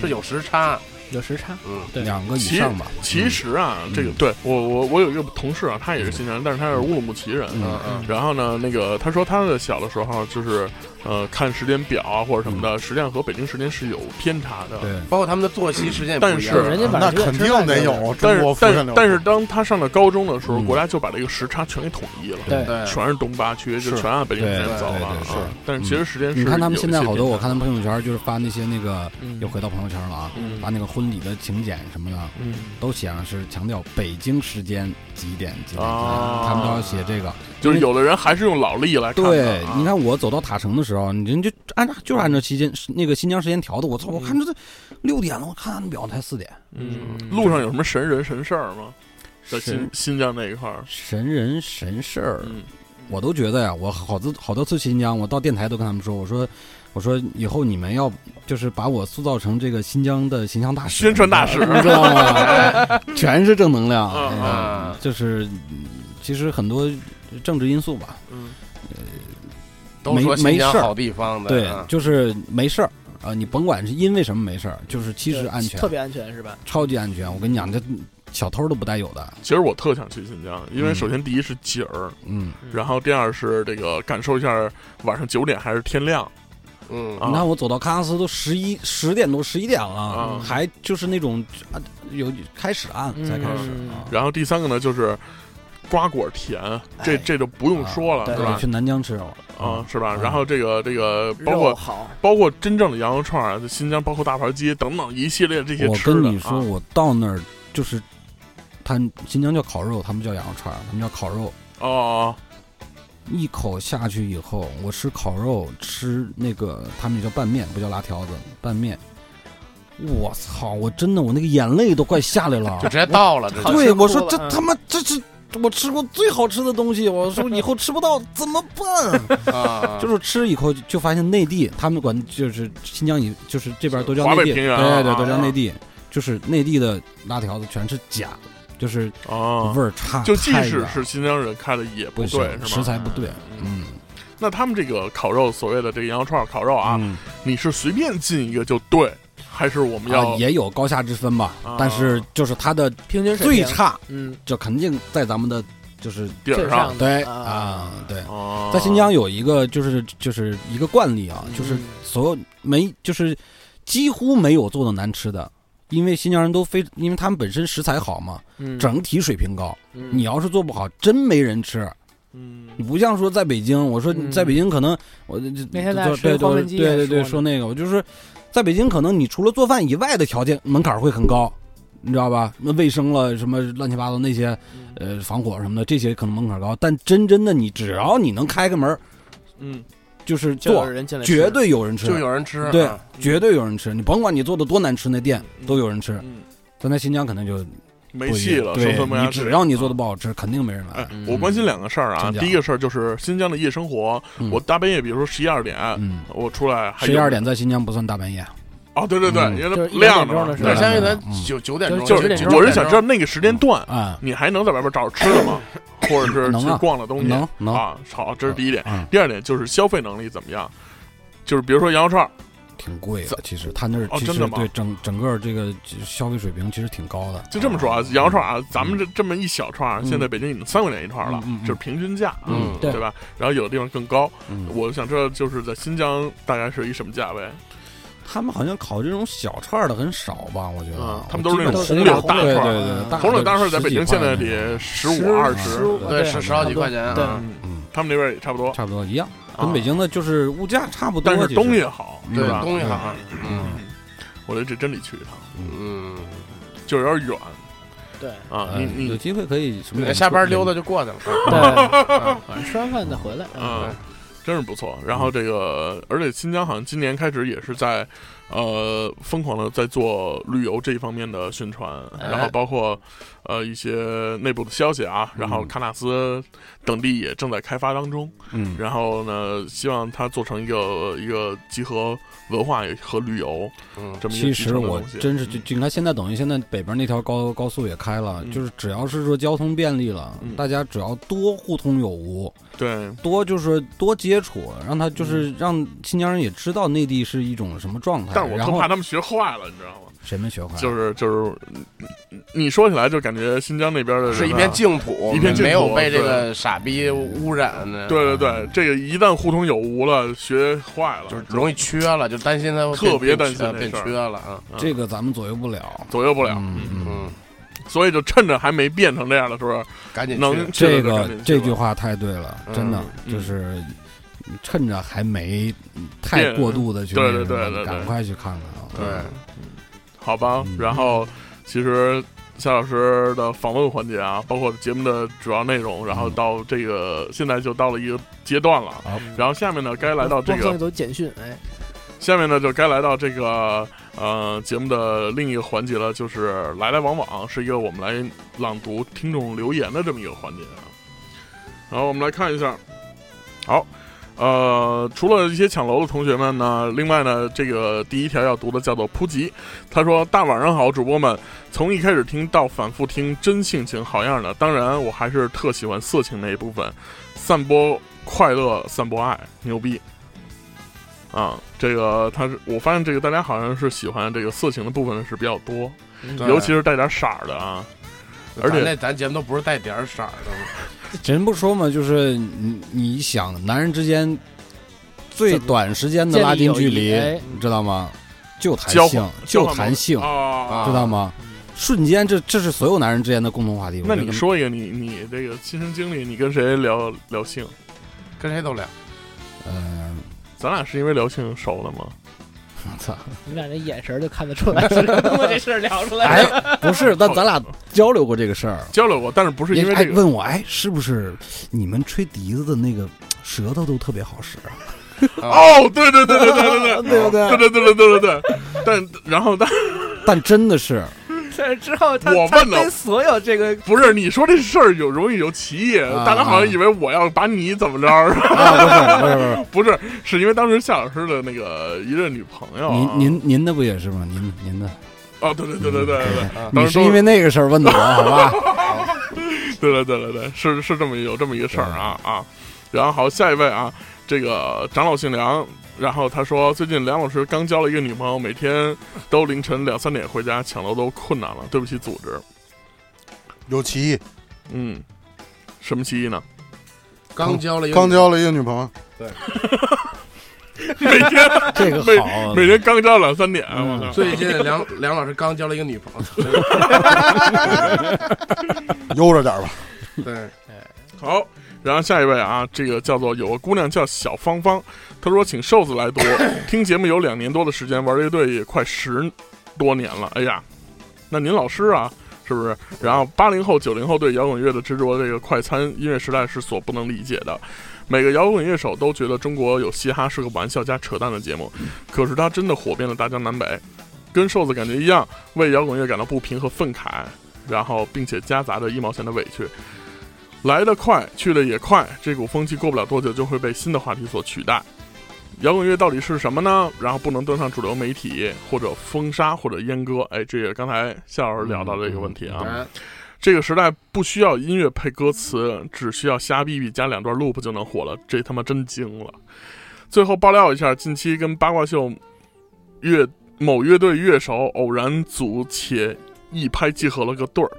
是有时差，有时差，嗯，对两个以上吧。其实啊，嗯这个对我我我有一个同事啊，他也是新疆人，但是他是乌鲁木齐人，啊嗯嗯然后呢，那个他说他的小的时候就是，呃看时间表啊或者什么的，实际上和北京时间是有偏差的。嗯对，包括他们的作息时间也但不一样是对人家晚上啊那九点肯吃定饭得去了有，但中国是福建但流但是当他上了高中的时候，嗯国家就把这个时差全给统一了。对对全是东啊八区，就是全按北京时间走了啊对对对嗯是。但是其实时间是你看他们现在好多，有一我些看他们朋友圈就是发那些那个，嗯又回到朋友圈了啊，嗯发那个婚礼的请柬什么的，嗯都写上是强调北京时间几点几点几点，啊他们都要写这个。就是有的人还是用老历来看的对，啊。你看我走到塔城的时候，你人就按照就是按照期间那个新疆时间调的，我操，我看这都六点了，我看表才四点。嗯，路上有什么神人神事儿吗？在新神新疆那一块儿，神人神事儿，嗯我都觉得呀，我好多好多次新疆，我到电台都跟他们说，我说我说以后你们要就是把我塑造成这个新疆的形象大使，宣传大使你知道吗？ [LAUGHS] 哎全是正能量，嗯哎啊，就是嗯其实很多政治因素吧，嗯都说没没新疆事儿好地方的，对嗯啊，就是没事儿。啊、你甭管是因为什么没事儿，就是其实对安全，特别安全是吧？超级安全。我跟你讲，这小偷都不带有的。其实我特想去新疆，因为嗯首先第一是景儿，嗯，然后第二是这个感受一下晚上九点还是天亮嗯啊你看我走到喀纳斯都十一十点多十一点了，啊还就是那种啊有开始暗才开始嗯啊。然后第三个呢就是瓜果甜，这哎这就不啊用说了，对是我吧？去南疆吃肉啊，，是吧？嗯然后这个这个包肉括好，包括真正的羊肉串啊，在新疆包括大盘鸡等等一系列这些我吃的跟你说，啊我到那儿就是，他新疆叫烤肉，他们叫羊肉串儿，他们叫烤肉。哦，一口下去以后，我吃烤肉，吃那个他们也叫拌面，不叫拉条子，拌面。我操！我真的我那个眼泪都快下来了就，直接到了，这好就吃对，哭我说了这嗯他妈这是我吃过最好吃的东西，我说以后吃不到怎么办？啊，就是吃以后就就发现内地，他们管就是新疆以就是这边都叫华内北地，平对原啊对，啊都叫啊内地，就是内地的拉条子全是假的，就是哦味，儿差，就即太使远是新疆人开的也不对，行是食吗？材不对，嗯那他们这个烤肉，所谓的这个羊肉串烤肉啊，嗯你是随便进一个就对，还是我们啊要也有高下之分吧啊，但是就是它的平均水最平，差嗯，就肯定在咱们的就是顶最上上？对啊啊对。哦，在新疆有一个就是就是一个惯例啊，就是嗯所有没就是几乎没有做的难吃的，因为新疆人都非因为他们本身食材好嘛，嗯整体水平高。嗯你要是做不好，真没人吃。嗯，你不像说在北京，我说嗯你在北京可能我那天咱做吃对黄对焖鸡对也对对说说那个，我就是在北京可能你除了做饭以外的条件门槛会很高。你知道吧？那卫生了，什么乱七八糟那些，呃，防火什么的，这些可能门槛高。但真真的，你只要你能开个门儿，嗯，就是就有做，人进来吃，绝对有人吃。就有人吃，对啊，绝对有人吃。你甭管你做的多难吃，那店嗯都有人吃。嗯但在新疆肯定就没不一戏样了，生对，存不下你去。只要你做的不好吃，肯定没人嗯哎来。，我关心两个事儿啊。真假第一个事儿就是新疆的夜生活，嗯我大半夜，比如说十一二点，嗯，我出来还十有一二点在新疆不算大半夜。哦，对对对，嗯因为就它是一亮两点着钟嘛的，时对，候相当于咱嗯九九点就钟，就九点是钟我是想知道那个时间段，啊，你还能在外边找着吃 [COUGHS] 的吗？或者是能去啊逛的东西能能啊？好，这是第一点。啊，第二点就是消费能力怎么样？就是比如说羊肉串儿，挺贵的。其实他那儿哦其真的实吗对整整个这个消费水平其实挺高的。就这么说啊，羊肉串儿啊，咱们这这么一小串儿，现在北京已经三块钱一串儿了嗯嗯嗯，嗯就是平均价，嗯对对吧？然后有的地方更高，嗯，我想知道就是在新疆大概是一什么价位？他们好像烤这种小串儿的很少吧？我觉嗯得他们都是那种我基红本柳上大对串儿，对对，大红柳大概串儿在十北几京现块在那种得十五二十十，五对对十十好几块钱啊，对嗯，嗯，他们那边也差不多，差不多一样，啊跟北京的就是物价差不多。但是其实东西好，嗯是对吧？东西好，嗯嗯我觉得这真得去一趟，嗯，就是有点远对啊。呃你有你机会可以什么你下班溜达就过去了，嗯对，啊吃完饭再回来，嗯，真是不错。然后这个，而且新疆好像今年开始也是在，呃，疯狂的在做旅游这一方面的宣传，哎然后包括呃一些内部的消息啊，然后嗯喀纳斯等地也正在开发当中。嗯，然后呢，希望它做成一个一个集合文化和旅游嗯，这么一个集其成实的我东西真是就就你看，现在等于现在北边那条高高速也开了，嗯就是只要是说交通便利了，嗯大家只要多互通有无，对，多就是说多接触，让他就是让新疆人也知道内地是一种什么状嗯态。但是我然特后哎怕他们学坏了，你知道吗？谁没学会？啊就是就是，你说起来就感觉新疆那边的人啊是一片净土，一片净土没有被这个傻逼污染呢。对对嗯对，这个一旦互通有无了，学坏了，就是容易缺了，就担心它会特别变担心变这变事儿缺了啊。这个咱们左右不了。左右不了。嗯嗯，嗯，所以就趁着还没变成这样的时候，赶紧能去去。这的就赶个紧去这吧句话太对了，真的嗯就是趁着还没太过度的去那对什么，对对对对赶快去看看啊！对，好吧嗯。然后其实夏老师的访问环节啊，包括节目的主要内容，然后到这个现在就到了一个阶段了。嗯好然后下面呢，该来到这放送一个，组简讯，哎，下面呢就该来到这个呃节目的另一个环节了，就是来来往往是一个我们来朗读听众留言的这么一个环节啊。然后我们来看一下，好，呃，除了一些抢楼的同学们呢，另外呢，这个第一条要读的叫做普及，他说：“大晚上好，主播们，从一开始听到反复听，真性情，好样的。当然，我还是特喜欢色情那一部分，散播快乐，散播爱，牛逼。”啊，这个他是，我发现这个大家好像是喜欢这个色情的部分是比较多，对尤其是带点色儿的啊。而且咱那咱节目都不是带点儿色儿的，人不说嘛，就是你你想，男人之间最怎么短时间的拉近距离建立友谊哎，你知道吗？交就谈性换，就谈性，啊知道吗？瞬间，这这是所有男人之间的共同话题。我那觉你得说一个你你这个亲身经历，你跟谁聊聊性？跟谁都聊。呃， [LAUGHS] 咱俩是因为聊性熟的吗？我操，你们俩这眼神儿就看得出来是 [LAUGHS] 通过这事儿聊出来哎的。，不是，但咱俩交流过这个事儿，呃交流过，但是不是因为哎这个？问我哎，是不是你们吹笛子的那个舌头都特别好使啊？哦，对对 [LAUGHS] 对对对对对。对对不对？对对对对对对，但然后但但真的是，但是之后他我他问了跟所有这个不是你说这事儿有容易有歧义，啊大家好像以为我要把你怎么着，啊，不是不是不是， [LAUGHS] 不是，是因为当时夏老师的那个一任女朋友啊，您您您的不也是吗？您您的，哦，对对对对对对啊当你时是都因为那个事儿问的我，好 [LAUGHS] 吧？对对对对对，是是这么有这么一个事儿啊啊。然后好，下一位啊，这个长老姓梁，然后他说最近梁老师刚交了一个女朋友，每天都凌晨两三点回家，抢楼都困难了，对不起组织。有歧义，嗯，什么歧义呢？ [LAUGHS] 刚交了一个，刚交了一个女朋友，每天这个每好，每天刚交两三点，我操！最近梁梁老师刚交了一个女朋 [LAUGHS] 友。悠着点吧。对，好，然后下一位啊，这个叫做有个姑娘叫小芳芳，她说请瘦子来读，听节目有两年多的时间，玩乐队也快十多年了。哎呀，那您老师啊，是不是？然后八零后、九零后对摇滚乐的执着，这个快餐音乐时代是所不能理解的。每个摇滚乐手都觉得中国有嘻哈是个玩笑加扯淡的节目，可是它真的火遍了大江南北，跟瘦子感觉一样，为摇滚乐感到不平和愤慨，然后并且夹杂着一毛钱的委屈。来得快，去得也快，这股风气过不了多久就会被新的话题所取代。摇滚乐到底是什么呢？然后不能登上主流媒体，或者封杀，或者阉割。哎，这也是刚才夏老师聊到的这个问题啊。咱这个时代不需要音乐配歌词，只需要瞎逼逼加两段 loop 就能火了，这他妈真惊了。最后爆料一下，近期跟八卦秀乐某乐队乐手偶然组且一拍即合了个对儿，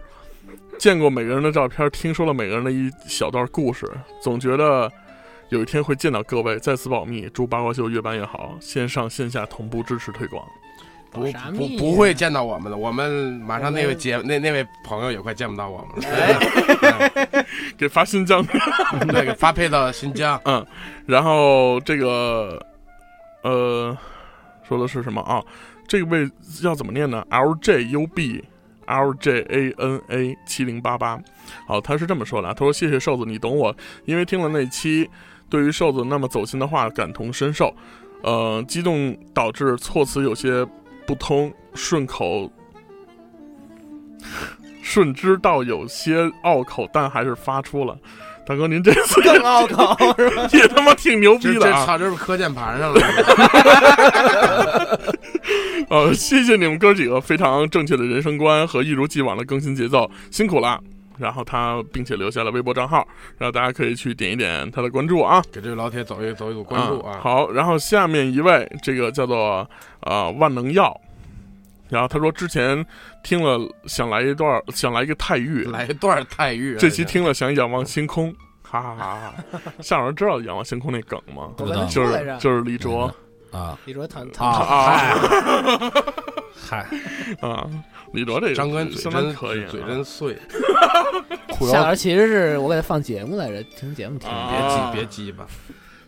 见过每个人的照片，听说了每个人的一小段故事，总觉得有一天会见到各位。在此保密，祝八卦秀越办越好，线上线下同步支持推广。 [LAUGHS] 不啥啊不蜜呀不会见到我们的，我们马上那位姐那那位朋友也快见不到我们 [LAUGHS] 了，给发新疆 [LAUGHS] 对，给发配到新疆。然后这个，呃，说的是什么啊？这个位要怎么念呢？L J U B L J A N A 七零八八。好，他是这么说的啊，他说谢谢瘦子，你懂我，因为听了那期对于瘦子那么走心的话感同身受，呃，激动导致措辞有些不通，顺口。顺知道有些拗口，但还是发出了。大哥，您这次更拗口是吧？ [LAUGHS] 也他妈挺牛这逼的这啊！操，这是磕键盘上了。呃，谢谢你们哥几个非常正确的人生观和一如既往的更新节奏，辛苦啦！然后他并且留下了微博账号，然后大家可以去点一点他的关注啊，给这位老铁走一走一组关注嗯啊！好，然后下面一位，这个叫做呃万能药，然后他说之前听了想来一段，想来一个泰语，来一段泰语啊。这期听了想仰望星空，哈哈哈 [LAUGHS] 哈！夏老师知道仰望星空那梗吗？不知道就我来是着就是李嗯卓啊你说躺 [LAUGHS] 躺啊啊嗨，啊！李卓这个张根嘴相当真可以啊，嘴真碎，苦夏要，老师其实是我给他放节目来着，听节目听的。别啊鸡别鸡吧。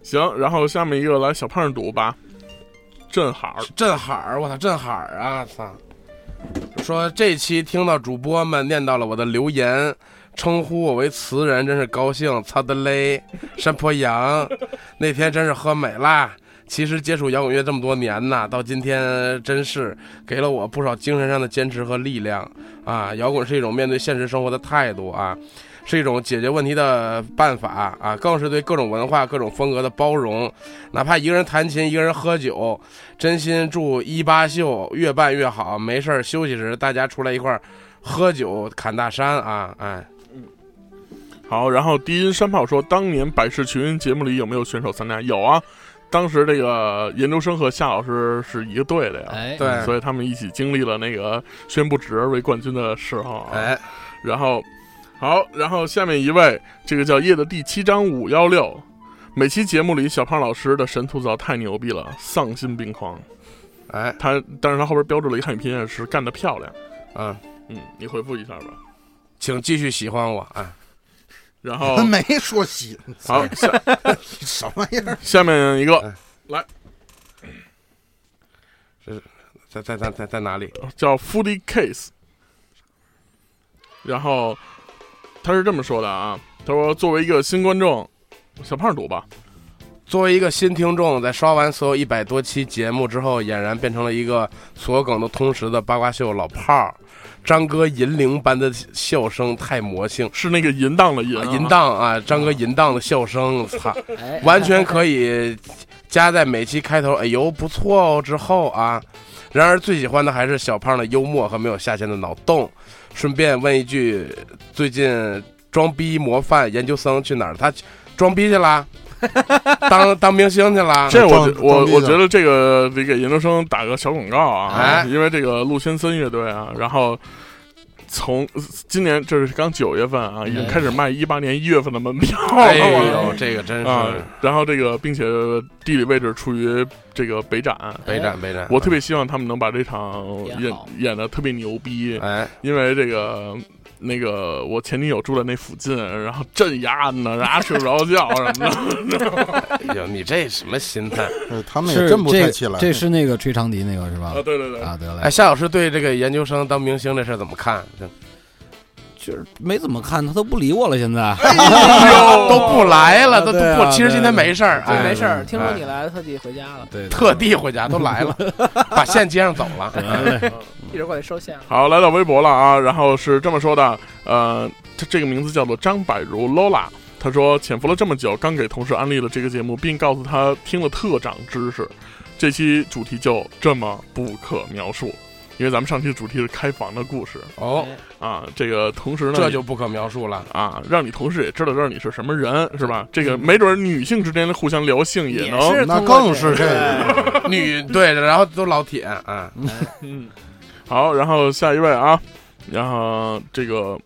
行。然后下面一个来小胖读吧，正好震海儿，我操，震海儿啊！操，说这期听到主播们念到了我的留言，称呼我为词人，真是高兴。操的嘞，山坡羊，那天真是喝美啦。其实接触摇滚乐这么多年呐，到今天真是给了我不少精神上的坚持和力量啊！摇滚是一种面对现实生活的态度啊，是一种解决问题的办法啊，更是对各种文化、各种风格的包容。哪怕一个人弹琴，一个人喝酒，真心祝一八秀越办越好，没事儿休息时大家出来一块儿喝酒侃大山啊！哎，好。然后低音山炮说，当年百事群节目里有没有选手参加？有啊，当时这个研究生和夏老师是一个队的呀。嗯哎，对，所以他们一起经历了那个宣布侄儿为冠军的时候啊，哎，然后，好，然后下面一位，这个叫夜的第七章五幺六，每期节目里小胖老师的神吐槽太牛逼了，丧心病狂。哎，他，但是他后边标注了一个汉语拼音是干得漂亮。嗯，嗯，你回复一下吧。请继续喜欢我，哎，然 [LAUGHS] 后 [LAUGHS] 嗯没说洗好，下什么玩意 [LAUGHS] 儿，下面一个在在在在在哪里？叫 Foodie Case，然后他是这么说的啊，他说作为一个新观众，小胖读吧。作为一个新听众，在刷完所有一百多期节目之后，俨然变成了一个所有梗都通识的八卦秀老炮儿。张哥银铃般的笑声太魔性，是那个淫荡的淫、啊，淫荡啊！张哥淫荡的笑声，操！哎，完全可以加在每期开头“哎呦不错哦”之后啊。然而最喜欢的还是小胖的幽默和没有下限的脑洞。顺便问一句，最近装逼模范研究生去哪儿了？他去装逼去啦，当当明星去啦。这我装觉我装逼我的觉得这个得给研究生打个小广告啊，哎因为这个陆先森乐队啊，然后从呃今年这是刚九月份啊，已经开始卖一八年一月份的门票了。哎呦，这个真是、啊，然后这个，并且地理位置处于这个北展，北展北展。我特别希望他们能把这场演演好演的特别牛逼，哎因为这个那个我前女友住在那附近，然后镇压呢，然后睡不着觉什么 [LAUGHS] 的。哎呦，你这什么心态？呃他们也是真不太这起来。这是那个吹长笛那个是吧啊，？对对对，啊，得哎，嘞，夏老师对这个研究生当明星这事儿怎么看？真就是没怎么看，他都不理我了，现在。都不来了，都都对不。啊其实今天没事儿，这哎没事儿，嗯听说哎你来了，特地回家 [LAUGHS] 了，对，特地回家都来 [LAUGHS] 了，把线接上走了。一会儿过来收线了。好，来到微博了啊，然后是这么说的，呃，他这个名字叫做张柏如 Lola。他说潜伏了这么久，刚给同事安利了这个节目，并告诉他听了特长知识。这期主题就这么不可描述，因为咱们上期主题是开房的故事哦，啊。这个同时呢，这就不可描述了。啊，让你同事也知道知道你是什么人，是吧？这个没准儿女性之间互相聊性也能是那通过更是这个， [LAUGHS] 女对，然后都老铁，嗯，嗯，好，然后下一位啊，然后这个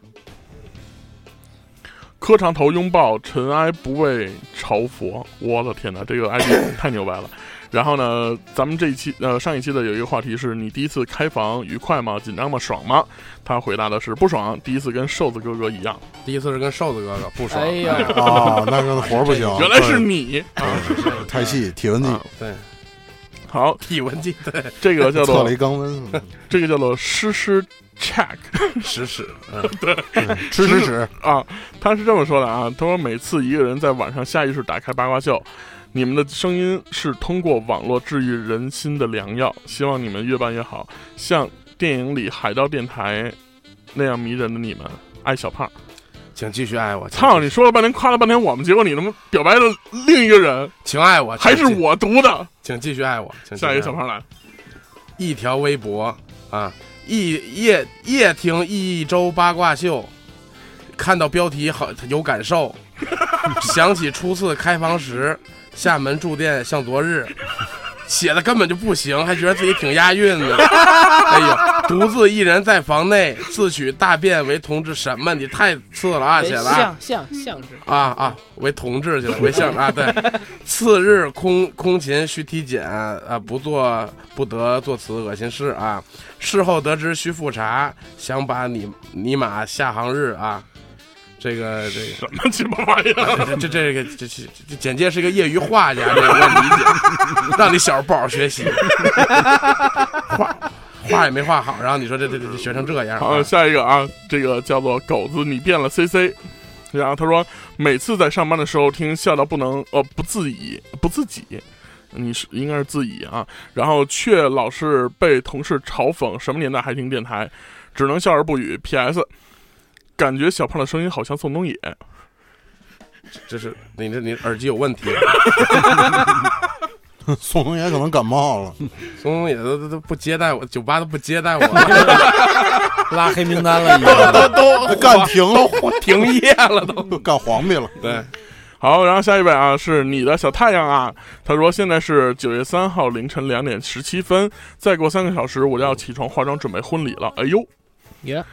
磕长头拥抱，尘埃不畏朝佛，我的天哪，这个 ID [COUGHS] 太牛掰了。然后呢，咱们这一期呃上一期的有一个话题是你第一次开房愉快吗？紧张吗？爽吗？他回答的是不爽，第一次跟瘦子哥哥一样，第一次是跟瘦子哥哥不爽，嗯哎呦哦，那个活儿不行。原来是你啊！对太细，体温计啊对，好，嗯体温计对，这个 [LAUGHS] 叫测做了一肛温，这个叫做诗诗 check。实时，嗯吃屎屎，啊，他是这么说的啊，他说每次一个人在晚上下意识打开八卦秀，你们的声音是通过网络治愈人心的良药，希望你们越办越好，像电影里海盗电台那样迷人的你们。爱小胖，请继续爱我，操！请你说了半天，夸了半天我们，结果你他妈表白了另一个人，请爱我，还是请继，我读的。请继续爱我，请继续下爱一我个小胖来，一条微博啊，一夜夜听一周八卦秀，看到标题好有感受，想起初次开房时，厦门住店像昨日，写的根本就不行，还觉得自己挺押韵的。哎呦，独自一人在房内自取大便为同志，什么？你太次了啊，写的啊像像像是啊啊，为同志去了， [LAUGHS] 为相啊，对。次日空空勤需体检啊，不做不得做此恶心事啊。事后得知需复查，想把你尼玛下行日啊。这个这个什么鸡巴玩意儿？这这这个这这这简介是一个业余画家，这个我理解， [LAUGHS] 让你小时候不好好学习， [LAUGHS] 画画也没画好，然后你说这这这学成这样，好，下一个啊，这个叫做狗子，你变了 CC。然后他说，每次在上班的时候听笑到不能，呃，不自已，不自己，你是应该是自已啊。然后却老是被同事嘲讽，什么年代还听电台，只能笑而不语。P.S. 感觉小胖的声音好像宋冬野，这是你这你耳机有问题， [LAUGHS] 宋冬野可能感冒了，松松也都都都不接待我，酒吧都不接待我了，拉黑名单了已 [LAUGHS] 经。都都干停了，哦停业了都， [LAUGHS] 干黄历了。对，好，然后下一位啊，是你的小太阳啊。他说现在是九月三号凌晨两点十七分，再过三个小时我就要起床化妆准备婚礼了。哎呦，耶，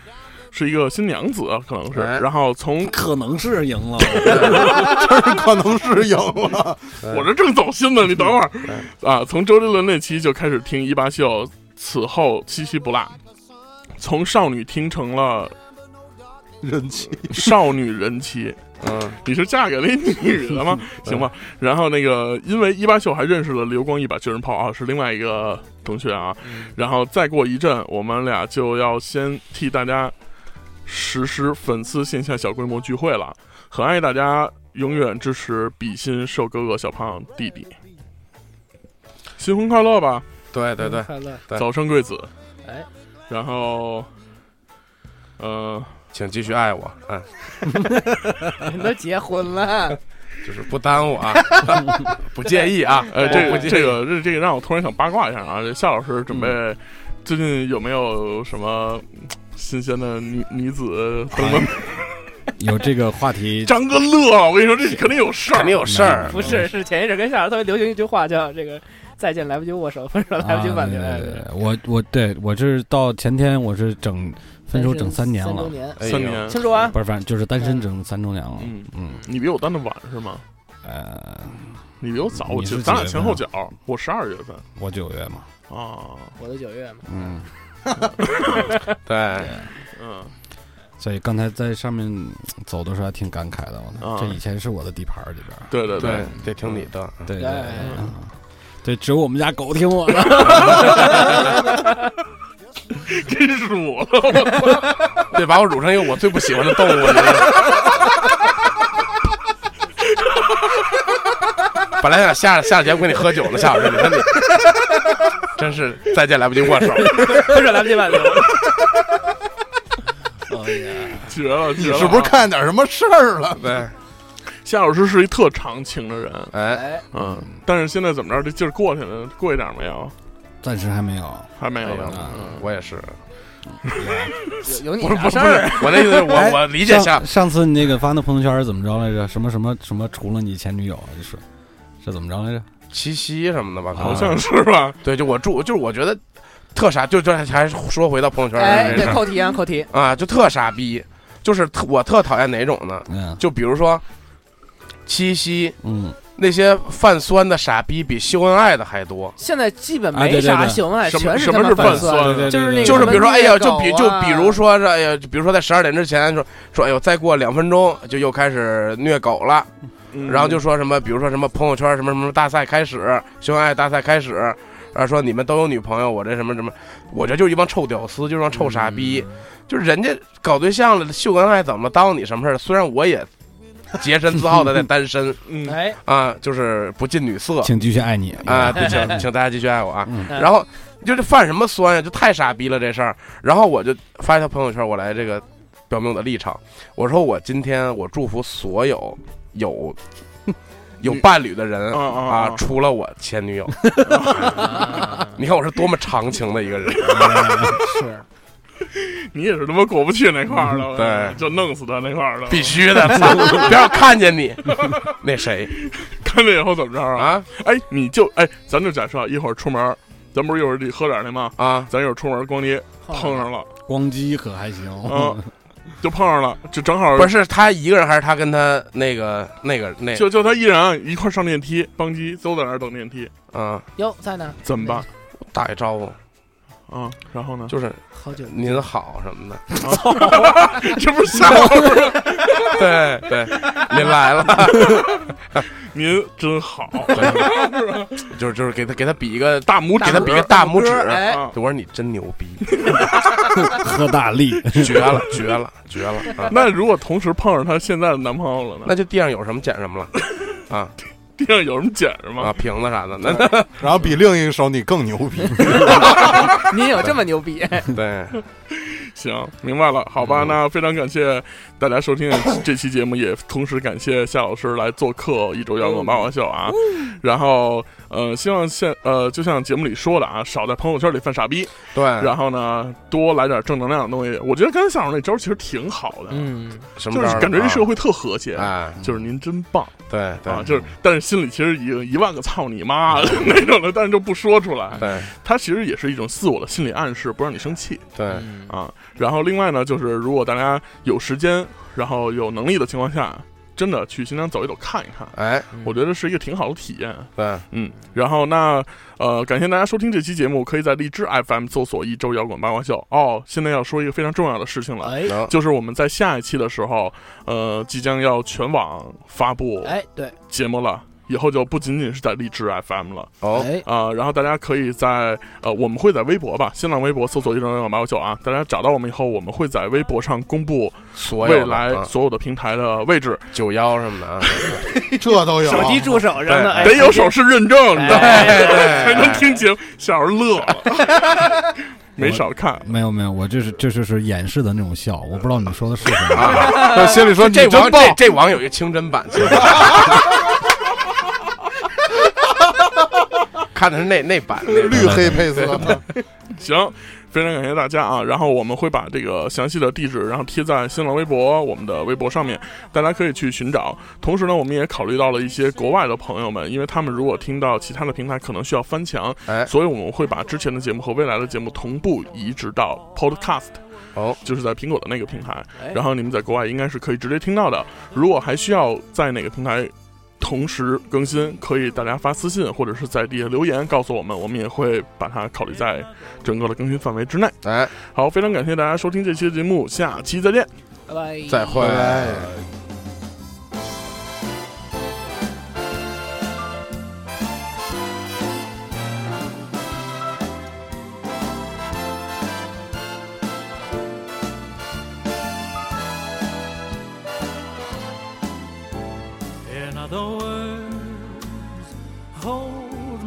是一个新娘子啊，可能是。哎然后从可能是赢了， [LAUGHS] 可能是赢了。我这正走心呢，你等会儿啊。从周杰伦那期就开始听一八秀，此后七夕不落，从少女听成了人气少女人妻。嗯，你是嫁给了一女的 [LAUGHS] 吗？行吧。然后那个，因为一八秀还认识了流光一把巨人炮啊，是另外一个同学啊。嗯然后再过一阵，我们俩就要先替大家实施粉丝线下小规模聚会了。很爱大家，永远支持比心瘦哥哥小胖弟弟。新婚快乐吧，对对对，快乐，对早生贵子。哎，然后，呃，请继续爱我，嗯，你 [LAUGHS] 都结婚了，就是不耽误啊，不介意啊，呃，我这不个介意这个这这个让我突然想八卦一下啊，这夏老师准备最近有没有什么嗯新鲜的女女子登门？有这个话题，啊张哥乐啊，我跟你说，这肯定有事儿肯定。有事儿， [LAUGHS] 不是是前一阵跟夏老师特别流行一句话叫这个再见来不及握手，分手来不及挽留，哎啊对对对我我对我是到前天我是整分手整三年三周了，年，哎呦三年，庆祝啊完不是，反正就是单身整三周年了。嗯，嗯，你比我单的晚是吗？呃，你比我早，我你记得是咱俩几月前份啊后脚，我十二月份我九月嘛，啊，我的九月嘛，嗯，对。嗯，所以刚才在上面走的时候还挺感慨的，我操，啊这以前是我的地盘儿里边儿，对对对，得听你的。对对对嗯对，只有我们家狗听我的。 [LAUGHS] 真是我了，对，把我乳成一个我最不喜欢的动物。你这本来想下下节目跟你喝酒呢，下午你看你，真是再见来不及握手， [LAUGHS] 分手来不及挽留，绝了，你绝了！ [LAUGHS] 啊是不是看见点什么事儿了？对，夏老师是一特长情的人？哎，哎，嗯，但是现在怎么着，这劲儿过去了，过一点没有？暂时还没有，啊还没有哎呀呢。嗯我也是，有有你不是啥不是事不儿是，我那意思是我哎我理解下上，上次你那个发那朋友圈儿怎么着来着？什么什么什么？除了你前女友，啊就是是怎么着来着？七夕什么的吧，可能好像是吧？对，就我住，就是我觉得特傻，就这还是说回到朋友圈哎，儿这对，事儿扣题啊，扣题，啊，就特傻逼，就是特我特讨厌哪种呢？嗯就比如说七夕。嗯，那些泛酸的傻逼比秀恩爱的还多。现在基本啊对没对啥对行为，什么哎全什他么妈是泛泛酸酸，对对就是对那个就是比如说，哎呀，什么就比虐就狗啊比如说是，哎呀，就比如说在十二点之前说说，哎呦，再过两分钟就又开始虐狗了，嗯然后就说什么，比如说什么朋友圈什么什么大赛开始，秀恩爱大赛开始，然后说你们都有女朋友，我这什么什么，我觉得就是一帮臭屌丝，就是一帮臭傻逼，就是人家搞对象了，秀恩爱怎么耽误你什么事儿？虽然我也洁身自好的在单身嗯，哎，啊，就是不近女色请继续爱你 [LAUGHS] 啊，对，请请大家继续爱我啊。嗯嗯然后就是犯什么酸呀，就太傻逼了这事儿。然后我就发一条朋友圈，我来这个表明我的立场。我说我今天我祝福所有有有伴侣的人啊啊啊啊，除了我前女友。你看我是多么长情的一个人，是你也是他妈过不去那块儿了，嗯对就弄死他那块儿了，必须的，操别让我看见你。那谁，了以后怎么着啊？啊哎，你就哎，咱就假设一会儿出门，咱不是一会儿得喝点儿去吗？啊，咱一会儿出门逛街碰上了，光机可还行， [LAUGHS] 嗯，就碰上了，就正好哦不是是他一个人还是他跟他那个那个那就就他一人一块儿上电梯，邦基都在那儿等电梯，嗯哟，在那儿怎么办？打一招呼，啊？然后呢？就是好久没您好什么的。 [LAUGHS] 这不是吓我吗？ [LAUGHS] 对对，您来了， [LAUGHS] 您真 [LAUGHS] 好，就是就是给他给他比一个，大拇指给他比个大拇指。哎 [LAUGHS] 啊我说你真牛逼，喝大力，绝 [LAUGHS] 了绝了绝了啊！那如果同时碰上她现在的男朋友了呢？那就地上有什么捡什么了地上有什么捡什啊，么？瓶子啥的，那那然后比另一个手你更牛逼。您有这么牛逼？对，行，明白了，好吧。嗯那非常感谢大家收听这期节目，也同时感谢夏老师来做客一周摇嗯滚八卦秀啊。然后，呃，希望现呃，就像节目里说的啊，少在朋友圈里犯傻逼，对，然后呢，多来点正能量的东西。我觉得刚才夏老师那招其实挺好的，嗯，什么就是招儿感觉这社会会特和谐。哎，就是您真棒对对嗯啊！就是，但是心里其实已经一万个操你妈 [LAUGHS] 那种的，但是就不说出来。对它其实也是一种自我的心理暗示，不让你生气对嗯啊。然后另外呢，就是如果大家有时间，然后有能力的情况下，真的去新疆走一走看一看，哎嗯我觉得是一个挺好的体验。对，嗯，然后那呃，感谢大家收听这期节目，可以在荔枝 FM 搜索“一周摇滚八卦秀”。哦，现在要说一个非常重要的事情了。哎能就是我们在下一期的时候，呃，即将要全网发布哎，对，节目了，以后就不仅仅是在荔枝 FM 了。哦哎，啊、然后大家可以在呃，我们会在微博吧，新浪微博搜索“一周摇滚八五九”啊，大家找到我们以后，我们会在微博上公布所未有啊来所有的平台的位置，九幺什么的啊，这都有啊手机助手什么的，哎得有手势认证，你知道吗？哎哎才 [LAUGHS] 对能听节目，小时候乐了，没少看。没有没有，我这是这就是掩饰的那种笑，我不知道你说的是 [LAUGHS] 什么。啊， [LAUGHS] 心里说你这真网棒，这这网有一个清真版，其 [LAUGHS] 实看的是那那版那绿黑配色。行，非常感谢大家啊！然后我们会把这个详细的地址，然后贴在新浪微博我们的微博上面，大家可以去寻找。同时呢，我们也考虑到了一些国外的朋友们，因为他们如果听到其他的平台可能需要翻墙，哎所以我们会把之前的节目和未来的节目同步移植到 Podcast，哦就是在苹果的那个平台。哎然后你们在国外应该是可以直接听到的。如果还需要在哪个平台同时更新，可以大家发私信或者是在底下留言告诉我们，我们也会把它考虑在整个的更新范围之内。哎，好，非常感谢大家收听这期的节目，下期再见。拜拜，再会。拜拜 In other words, hold